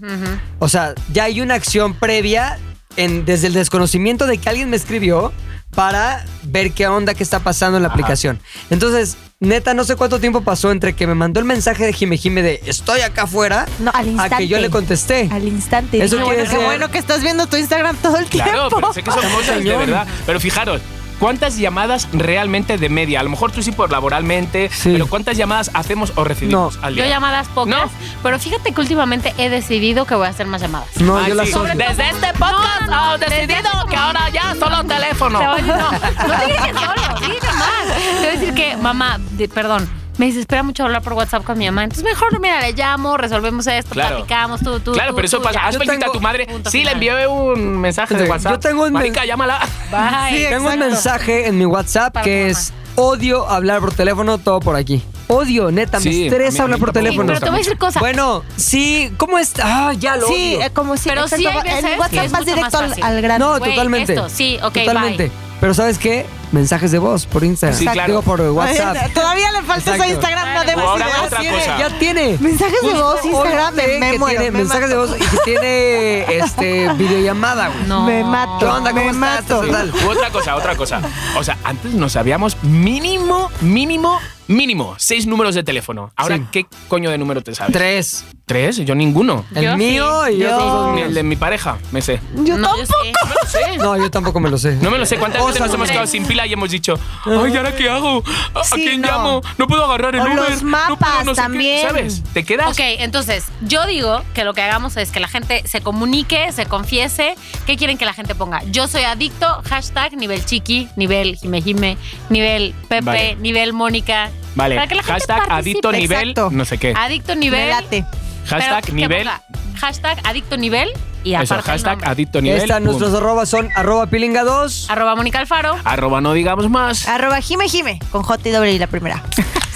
O sea, ya hay una acción previa en, desde el desconocimiento de que alguien me escribió para ver qué onda que está pasando en la Ajá. aplicación. Entonces, neta, no sé cuánto tiempo pasó entre que me mandó el mensaje de Jime Jime de estoy acá afuera No, al instante. a que yo le contesté. Al instante. Eso quiere Dije, bueno, qué decir- bueno que estás viendo tu Instagram todo el Claro, tiempo. pero sé que son cosas de verdad. Pero fijaros, ¿cuántas llamadas realmente de media? A lo mejor tú sí por laboralmente, Sí. pero ¿cuántas llamadas hacemos o recibimos al Yo día? llamadas pocas. No. Pero fíjate que últimamente he decidido que voy a hacer más llamadas. No, Ay, yo la sí. soy. Desde este podcast has decidido que ahora ya solo teléfono. No, no dije que solo, dije que más. Te voy a decir que, mamá, de- perdón, me desespera mucho hablar por WhatsApp con mi mamá. Entonces, mejor, mira, le llamo, resolvemos esto, Claro. platicamos, tú, tú. Claro, tú, pero eso tú, pasa. ya. Has Yo felicitado a tu tengo- madre. Punto Sí, le final. envié un mensaje de Yo WhatsApp. tengo un men- Marica, llámala. Bye. Sí, Tengo un Exacto. mensaje en mi WhatsApp Para que tu es odio hablar por teléfono, todo por aquí. Odio, neta, Sí, me a mí- estresa a hablar mí por tampoco. Sí, teléfono. pero te voy a decir cosas. Bueno, sí, ¿cómo está? Ah, ya lo Sí, odio. eh, como si. Pero sí hay exacto, veces En que es WhatsApp vas mucho más directo al, fácil. al grano. no, güey, totalmente. esto, sí, ok, Totalmente. bye. Pero ¿sabes qué? Mensajes de voz por Instagram. Sí, claro. Digo por WhatsApp. Todavía le falta Exacto. esa Instagram, no O ahora demasiado. otra cosa. Ya tiene. Mensajes de voz, Justo hoy Instagram, me, noté me que muero. tiene me mensajes de mato. voz y que tiene este videollamada, güey. No. Me mato. ¿Qué onda? ¿Cómo me estás? mato. ¿Qué tal? U otra cosa, otra cosa. O sea, antes nos sabíamos mínimo, mínimo, mínimo seis números de teléfono. Ahora, Sí. ¿qué coño de número te sabes? Tres. ¿Tres? Yo ninguno. El Yo mío y yo otros sí. dos Ni el míos. de mi pareja, me sé. Yo No, yo sí. No lo sé. No, yo tampoco me lo sé. No me lo sé. ¿Cuántas O veces sea, nos no hemos me- quedado sin pila y hemos dicho, ay, ¿y ahora qué hago? ¿A, a Sí, quién no. llamo? No puedo agarrar el O Uber. los no puedo, mapas no sé qué". también. ¿Sabes? ¿Te quedas? Ok, entonces, yo digo que lo que hagamos es que la gente se comunique, se confiese. ¿Qué quieren que la gente ponga? Yo soy adicto, hashtag nivel chiqui, nivel jimejime, nivel pepe, Vale. nivel mónica. Vale. Para que la gente Hashtag participe. adicto nivel Exacto. no sé qué. Adicto Me nivel. late. pero Hashtag que nivel. ponga Hashtag adicto nivel y Eso, aparte el hashtag nombre. adicto Ahí nivel. están pum. nuestros arrobas son arroba pilinga2. Arroba Mónica Alfaro. Arroba no digamos más. Ah, Arroba Jime Jime, con J y doble y la primera.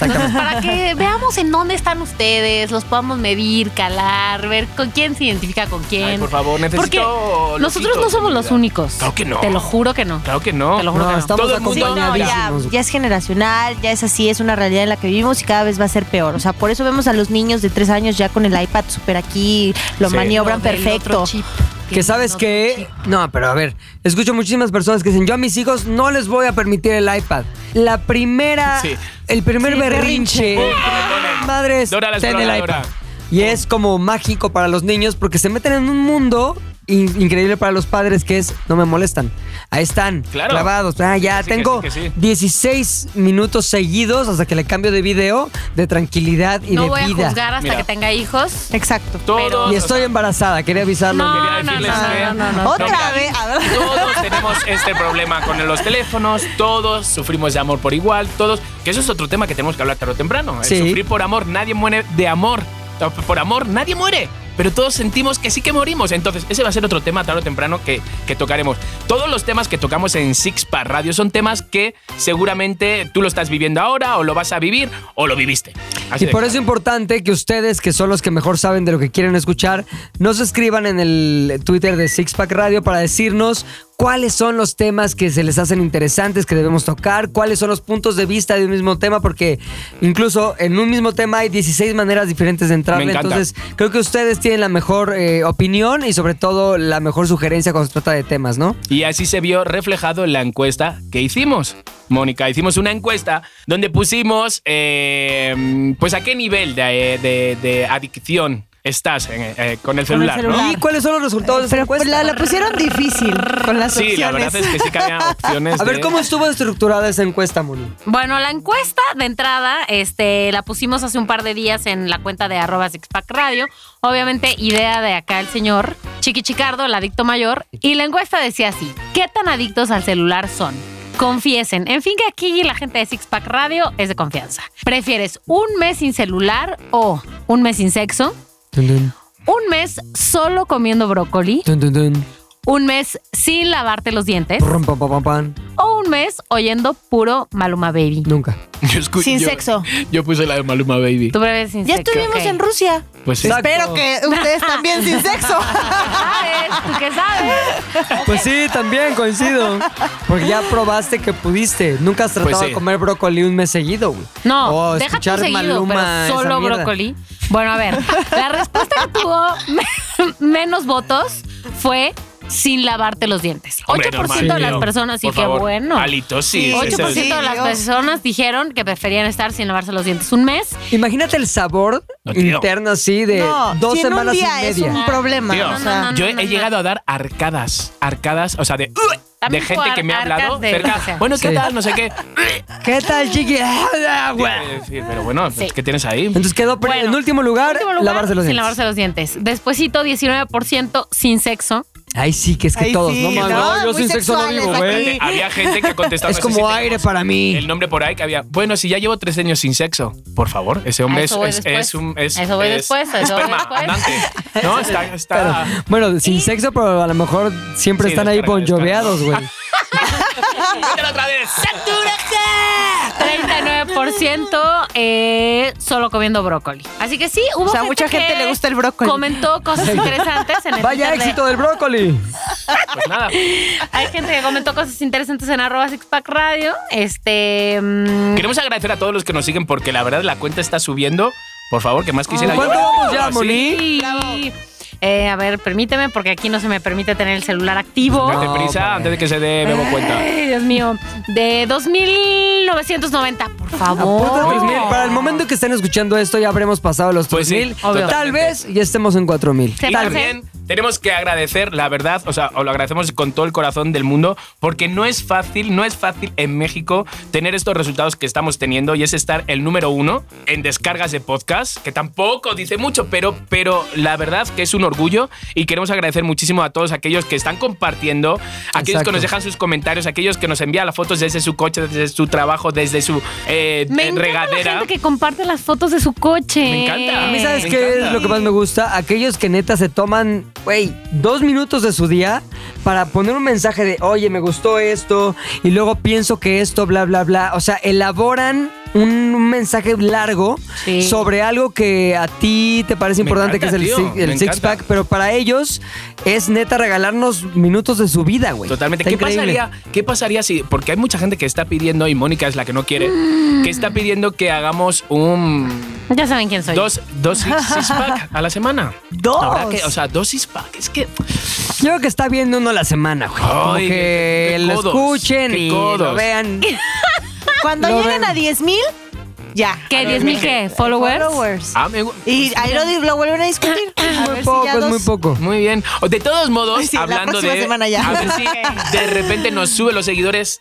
Entonces, para que veamos en dónde están ustedes, los podamos medir, calar, ver con quién se identifica con quién. Ay, por favor, necesito Porque lositos nosotros en no mi somos vida. los únicos. Claro que no. Te lo juro que no. Claro que no. Te lo juro No, que no. estamos Todo el mundo- No, ya, acompañadísimos. ya es generacional, ya es así, es una realidad en la que vivimos y cada vez va a ser peor. O sea, por eso vemos a los niños de tres años ya con el iPad super aquí, lo Sí. maniobran Lo del perfecto. otro chip. Que sabes Otro que... chip. No, pero a ver, escucho muchísimas personas que dicen, yo a mis hijos no les voy a permitir el iPad. La primera... Sí. El primer Sí, berrinche... Ah, berrinche. Madres, Dora la ten el exploradora. iPad. Y es como mágico para los niños porque se meten en un mundo in- increíble para los padres que es no me molestan. Ahí están, Claro. grabados. Ah, ya Que sí, que tengo sí, que sí. 16 minutos seguidos hasta que le cambio de video de tranquilidad y No de voy a vida. juzgar hasta Mira. que tenga hijos. Exacto. Todos, Pero- Y o estoy sea, embarazada, quería avisarlo. No, quería no, decirles no, que- no, no, no. Otra mira, vez. A ver. Todos tenemos este problema con los teléfonos, todos sufrimos de amor por igual, todos. Que eso es otro tema que tenemos que hablar tarde o temprano. el Sí. sufrir por amor, nadie muere de amor. O sea, Por amor, nadie muere. Pero todos sentimos que sí que morimos. Entonces, ese va a ser otro tema tarde o temprano que, que tocaremos. Todos los temas que tocamos en Sixpack Radio son temas que seguramente tú lo estás viviendo ahora, o lo vas a vivir, o lo viviste. Así Y de por claro. eso es importante que ustedes, que son los que mejor saben de lo que quieren escuchar, nos escriban en el Twitter de Sixpack Radio para decirnos cuáles son los temas que se les hacen interesantes, que debemos tocar, cuáles son los puntos de vista de un mismo tema, porque incluso en un mismo tema hay 16 maneras diferentes de entrar. Me encanta. Entonces, creo que ustedes tienen la mejor eh, opinión y sobre todo la mejor sugerencia cuando se trata de temas, ¿no? Y así se vio reflejado en la encuesta que hicimos. Mónica, hicimos una encuesta donde pusimos, eh, pues, a qué nivel de, de- de adicción estás eh, eh, con el celular, ¿no? celular. ¿Y cuáles son los resultados de esa Pero pues encuesta? la, la pusieron difícil con las Sí, opciones. la verdad es este, que sí que había opciones. A ver, de- ¿cómo estuvo estructurada esa encuesta, Moni? Bueno, la encuesta de entrada este, la pusimos hace un par de días en la cuenta de arroba Sixpack Radio. Obviamente, idea de acá el señor Chiqui Chicardo, el adicto mayor. Y la encuesta decía así: ¿Qué tan adictos al celular son? Confiesen. En fin, que aquí la gente de Sixpack Radio es de confianza. ¿Prefieres un mes sin celular o un mes sin sexo? Dun, dun, ¿Un mes solo comiendo brócoli? dun, dun, dun. ¿Un mes sin lavarte los dientes? Prum, pam, pam, pam, pam. ¿O un mes oyendo puro Maluma Baby? Nunca. Yo escu- Sin yo- sexo. Yo puse la de Maluma Baby. Tú prefieres sin Ya sexo, estuvimos ok. en Rusia. Pues sí. Exacto. Espero que ustedes también sin sexo. sabes? ¿Tú qué sabes? Pues sí, también coincido. Porque ya probaste que pudiste. Nunca has tratado Pues sí. de comer brócoli un mes seguido, güey. No, O deja tu Oh, escuchar seguido, Maluma, esa pero solo mierda. brócoli. Bueno, a ver, la respuesta que tuvo me- menos votos fue sin lavarte los dientes. 8% Hombre, normal, de las tío. personas, y Por qué favor. bueno. Alito, sí. Sí, sí, sí, 8% sí. de las Dios. personas dijeron que preferían estar sin lavarse los dientes un mes. Imagínate el sabor No, tío. interno así de No, dos si en semanas un día y media. es un problema. Tío, o sea. no, no, yo he, no, he no. llegado a dar arcadas, arcadas, o sea, de, uh, de También gente por que me ha arcadas hablado de- cerca. o sea. Bueno, ¿qué Sí. tal? No sé qué. ¿Qué tal, chiqui? Ah, Sí, pero bueno, pues, Sí. ¿qué tienes ahí? Entonces quedó pri- Bueno, en último lugar, Último lugar, lavarse los sin dientes. lavarse los dientes. Despuésito, 19% sin sexo. Ay, sí, que es que Ay, todos. sí, no mames, no, no, yo muy sin sexo no sexuales vivo, güey. aquí. Había gente que contestaba. Es no sé como si te- aire para mí. El nombre por ahí que había. Bueno, si ya llevo tres años sin sexo, por favor, ese hombre A es, eso voy es- después. es un. Es, A eso voy es después, a eso voy esperma después. andante. No, está. está Bueno, sin sexo, pero a lo mejor siempre Sí, están ahí descarga, bonjoveados, güey. Cuéntalo otra vez. 39% eh, solo comiendo brócoli. Así que sí, hubo O sea, mucha gente que le gusta el brócoli. Comentó cosas interesantes en el Vaya Twitter de- éxito del brócoli. Pues nada. Hay gente que comentó cosas interesantes en arroba sixpack radio. Este. mm, Queremos agradecer a todos los que nos siguen porque la verdad la cuenta está subiendo. Por favor, que más quisiera ¿Cuánto yo. Ah, vamos ya, Sí. Moni? sí. Eh, a ver, permíteme, porque aquí no se me permite tener el celular activo. Date prisa padre. antes de que se dé Bebo cuenta. Ay, Dios mío. De 2,990, por Apunta favor. 3000. Para el momento que estén escuchando esto, ya habremos pasado los Pues sí, 3000. obvio. Tal vez ya estemos en 4000. Se Y pasó. también tenemos que agradecer, la verdad, o sea, os lo agradecemos con todo el corazón del mundo, porque no es fácil, no es fácil en México tener estos resultados que estamos teniendo y es estar el número uno en descargas de podcast, que tampoco dice mucho, pero, pero la verdad que es un orgullo y queremos agradecer muchísimo a todos aquellos que están compartiendo, aquellos Exacto. que nos dejan sus comentarios, aquellos que nos envían las fotos desde su coche, desde su trabajo, desde su eh, Me eh, encanta regadera. la gente que comparte las fotos de su coche. Me encanta. A mí, ¿sabes Me qué es encanta. lo que más me gusta? Aquellos que neta se toman, güey, dos minutos de su día para poner un mensaje de, oye, me gustó esto, y luego pienso que esto, bla, bla, bla. O sea, elaboran un, un mensaje largo Sí. sobre algo que a ti te parece Me importante, encanta, que es el, tío, six- el me six encanta. pack, pero para ellos es neta regalarnos minutos de su vida, güey. Totalmente. Está ¿Qué increíble. pasaría, ¿Qué pasaría si.? Porque hay mucha gente que está pidiendo, y Mónica es la que no quiere, que está pidiendo que hagamos un. Ya saben quién soy. Dos, dos six, six pack a la semana. Dos. La verdad que, o sea, dos six pack. Es que. Yo creo que está viendo uno a la semana, güey. Como Ay, que qué lo codos, escuchen qué y lo codos. vean. Cuando Lo lleguen ven. a 10.000, ya. ¿Qué? ¿10 mil qué? ¿Followers? Followers. Ah, me gu- Y ahí lo, di- lo vuelven a discutir. A ver Muy si poco, ya es dos- muy poco. Muy bien. O de todos modos, Sí, la hablando próxima de. semana ya. A ver si de repente nos sube los seguidores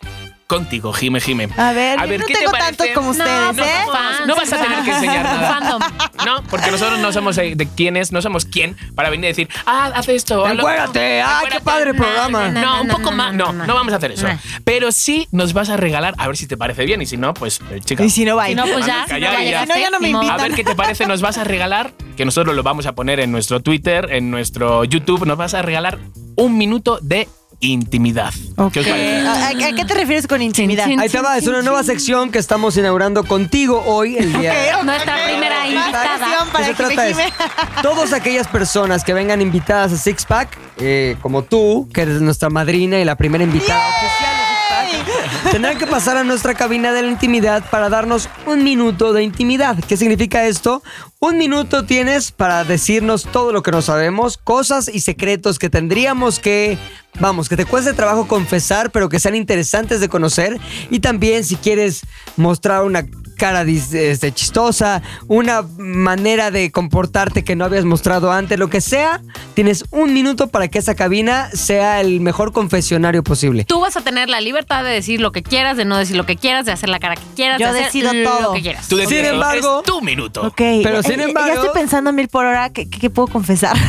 contigo, Jime Jime. A ver, A yo ver, no ¿qué te tengo parece? tantos como No, pues ustedes, no, ¿eh? fans. No vas a tener que enseñar nada. Fandom. No, porque nosotros no somos eh, de quiénes, no somos quién para venir a decir, ah, haz esto. hazlo". Encuérdate, ah, qué Encuérdate. padre No, programa. no, No, un poco más. No, no, no vamos a hacer eso. no. Pero sí nos vas a regalar, a ver si te parece bien. Y si no, pues, eh, chica. Y si no, Si bye. no, pues ya. Vamos, calla, ya. Si no, ya no me Ni modo. A invitan. ver qué te parece, nos vas a regalar, que nosotros lo vamos a poner en nuestro Twitter, en nuestro YouTube, nos vas a regalar un minuto de intimidad. ¿Qué os parece? ¿A, a- a qué te refieres con intimidad? Chin, chin. Ahí te va, es una nueva sección que estamos inaugurando contigo hoy, el día. Nuestra primera Más invitada. acción para ¿Qué se Jime trata Jime. es, todas aquellas personas que vengan invitadas a Six Pack, eh, como tú, que eres nuestra madrina y la primera invitada oficial de Six Pack, tendrán que pasar a nuestra cabina de la intimidad para darnos un minuto de intimidad. ¿Qué significa esto? Un minuto tienes para decirnos todo lo que no sabemos, cosas y secretos que tendríamos que Vamos, que te cueste trabajo confesar, pero que sean interesantes de conocer. Y también si quieres mostrar una cara dis- este, chistosa, una manera de comportarte que no habías mostrado antes, lo que sea, tienes un minuto para que esa cabina sea el mejor confesionario posible. Tú vas a tener la libertad de decir lo que quieras, de no decir lo que quieras, de hacer la cara que quieras, Yo de hacer decido lo todo. que quieras. Tú decides, Sin embargo- es tu minuto. Ok. Pero eh, sin eh, embargo- Ya estoy pensando a mil por hora. ¿Qué, qué- qué puedo confesar?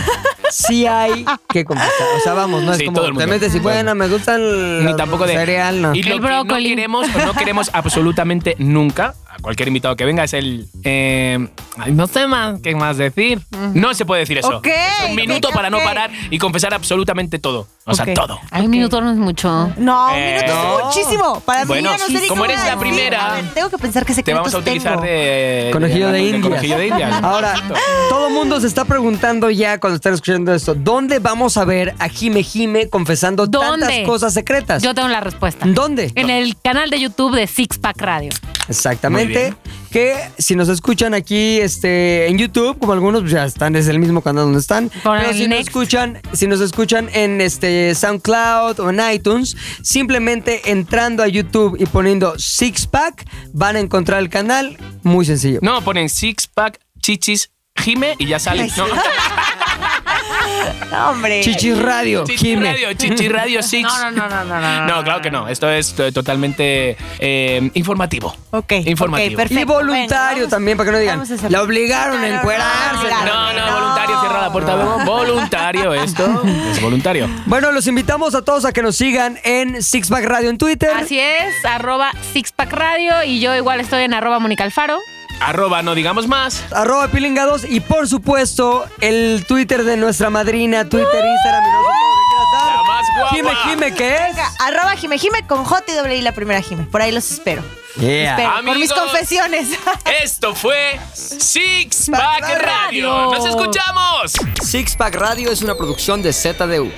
Sí hay que confesar. O sea, vamos, no es Sí, como todo el te mundo. metes y bueno, me gustan Ni los tampoco de cereal, no. Y lo El que no brócoli. queremos o no queremos absolutamente nunca a cualquier invitado que venga es el eh, ay, no sé más qué más decir. No se puede decir eso. Ok, es un ok, minuto para no ok. parar y confesar absolutamente todo, o sea, Ok. todo. Ay, un minuto no es mucho. No, un Eh, minuto no. es muchísimo. Para Bueno, mí ya no sé ni como cómo eres la decir. primera, A ver, tengo que pensar que Te vamos a secretos utilizar tengo. de Conejillo de, indias. Conejillo de indias. Ahora, Exacto. todo el mundo se está preguntando ya cuando están escuchando esto, ¿dónde vamos a ver a Jime Jime confesando ¿Dónde? tantas cosas secretas? Yo tengo la respuesta. ¿Dónde? En el canal de YouTube de Six Pack Radio. Muy Exactamente. bien. Que si nos escuchan aquí este, en YouTube, como algunos pues ya están, es el mismo canal donde están. Por Pero el si nos, Next. escuchan, si nos escuchan en este SoundCloud o en iTunes, simplemente entrando a YouTube y poniendo Six Pack, van a encontrar el canal. Muy sencillo. No, ponen six pack, chichis, gime y ya sale. No, No, hombre. Chichis Radio. chichi Jime. radio, chichi radio six. No, no, no, no, no. No, claro que no. Esto es eh, totalmente eh, informativo. Ok. Informativo. ok, perfecto. Y voluntario Venga, también, para que no digan. vamos a hacer- La obligaron a No, no, encuerarse. no, no, No, no, No. voluntario, cierra la puerta. Voluntario esto. Es voluntario. Bueno, los invitamos a todos a que nos sigan en Sixpack Radio en Twitter. Así es, arroba Six Pack Radio y yo igual estoy en arroba Mónica Alfaro. Arroba, no digamos más. arroba pilingados y por supuesto el Twitter de nuestra madrina, Twitter, Instagram, y no sé todo lo que quieras dar. La más guapa. Jime, Jime, ¿qué es? venga, Arroba Jime Jime con J y doble I la primera Jime. Por ahí los espero. Espero. por Amigos. mis confesiones. Esto fue Six Pack Radio. ¡Nos escuchamos! Sixpack Radio es una producción de ZDU.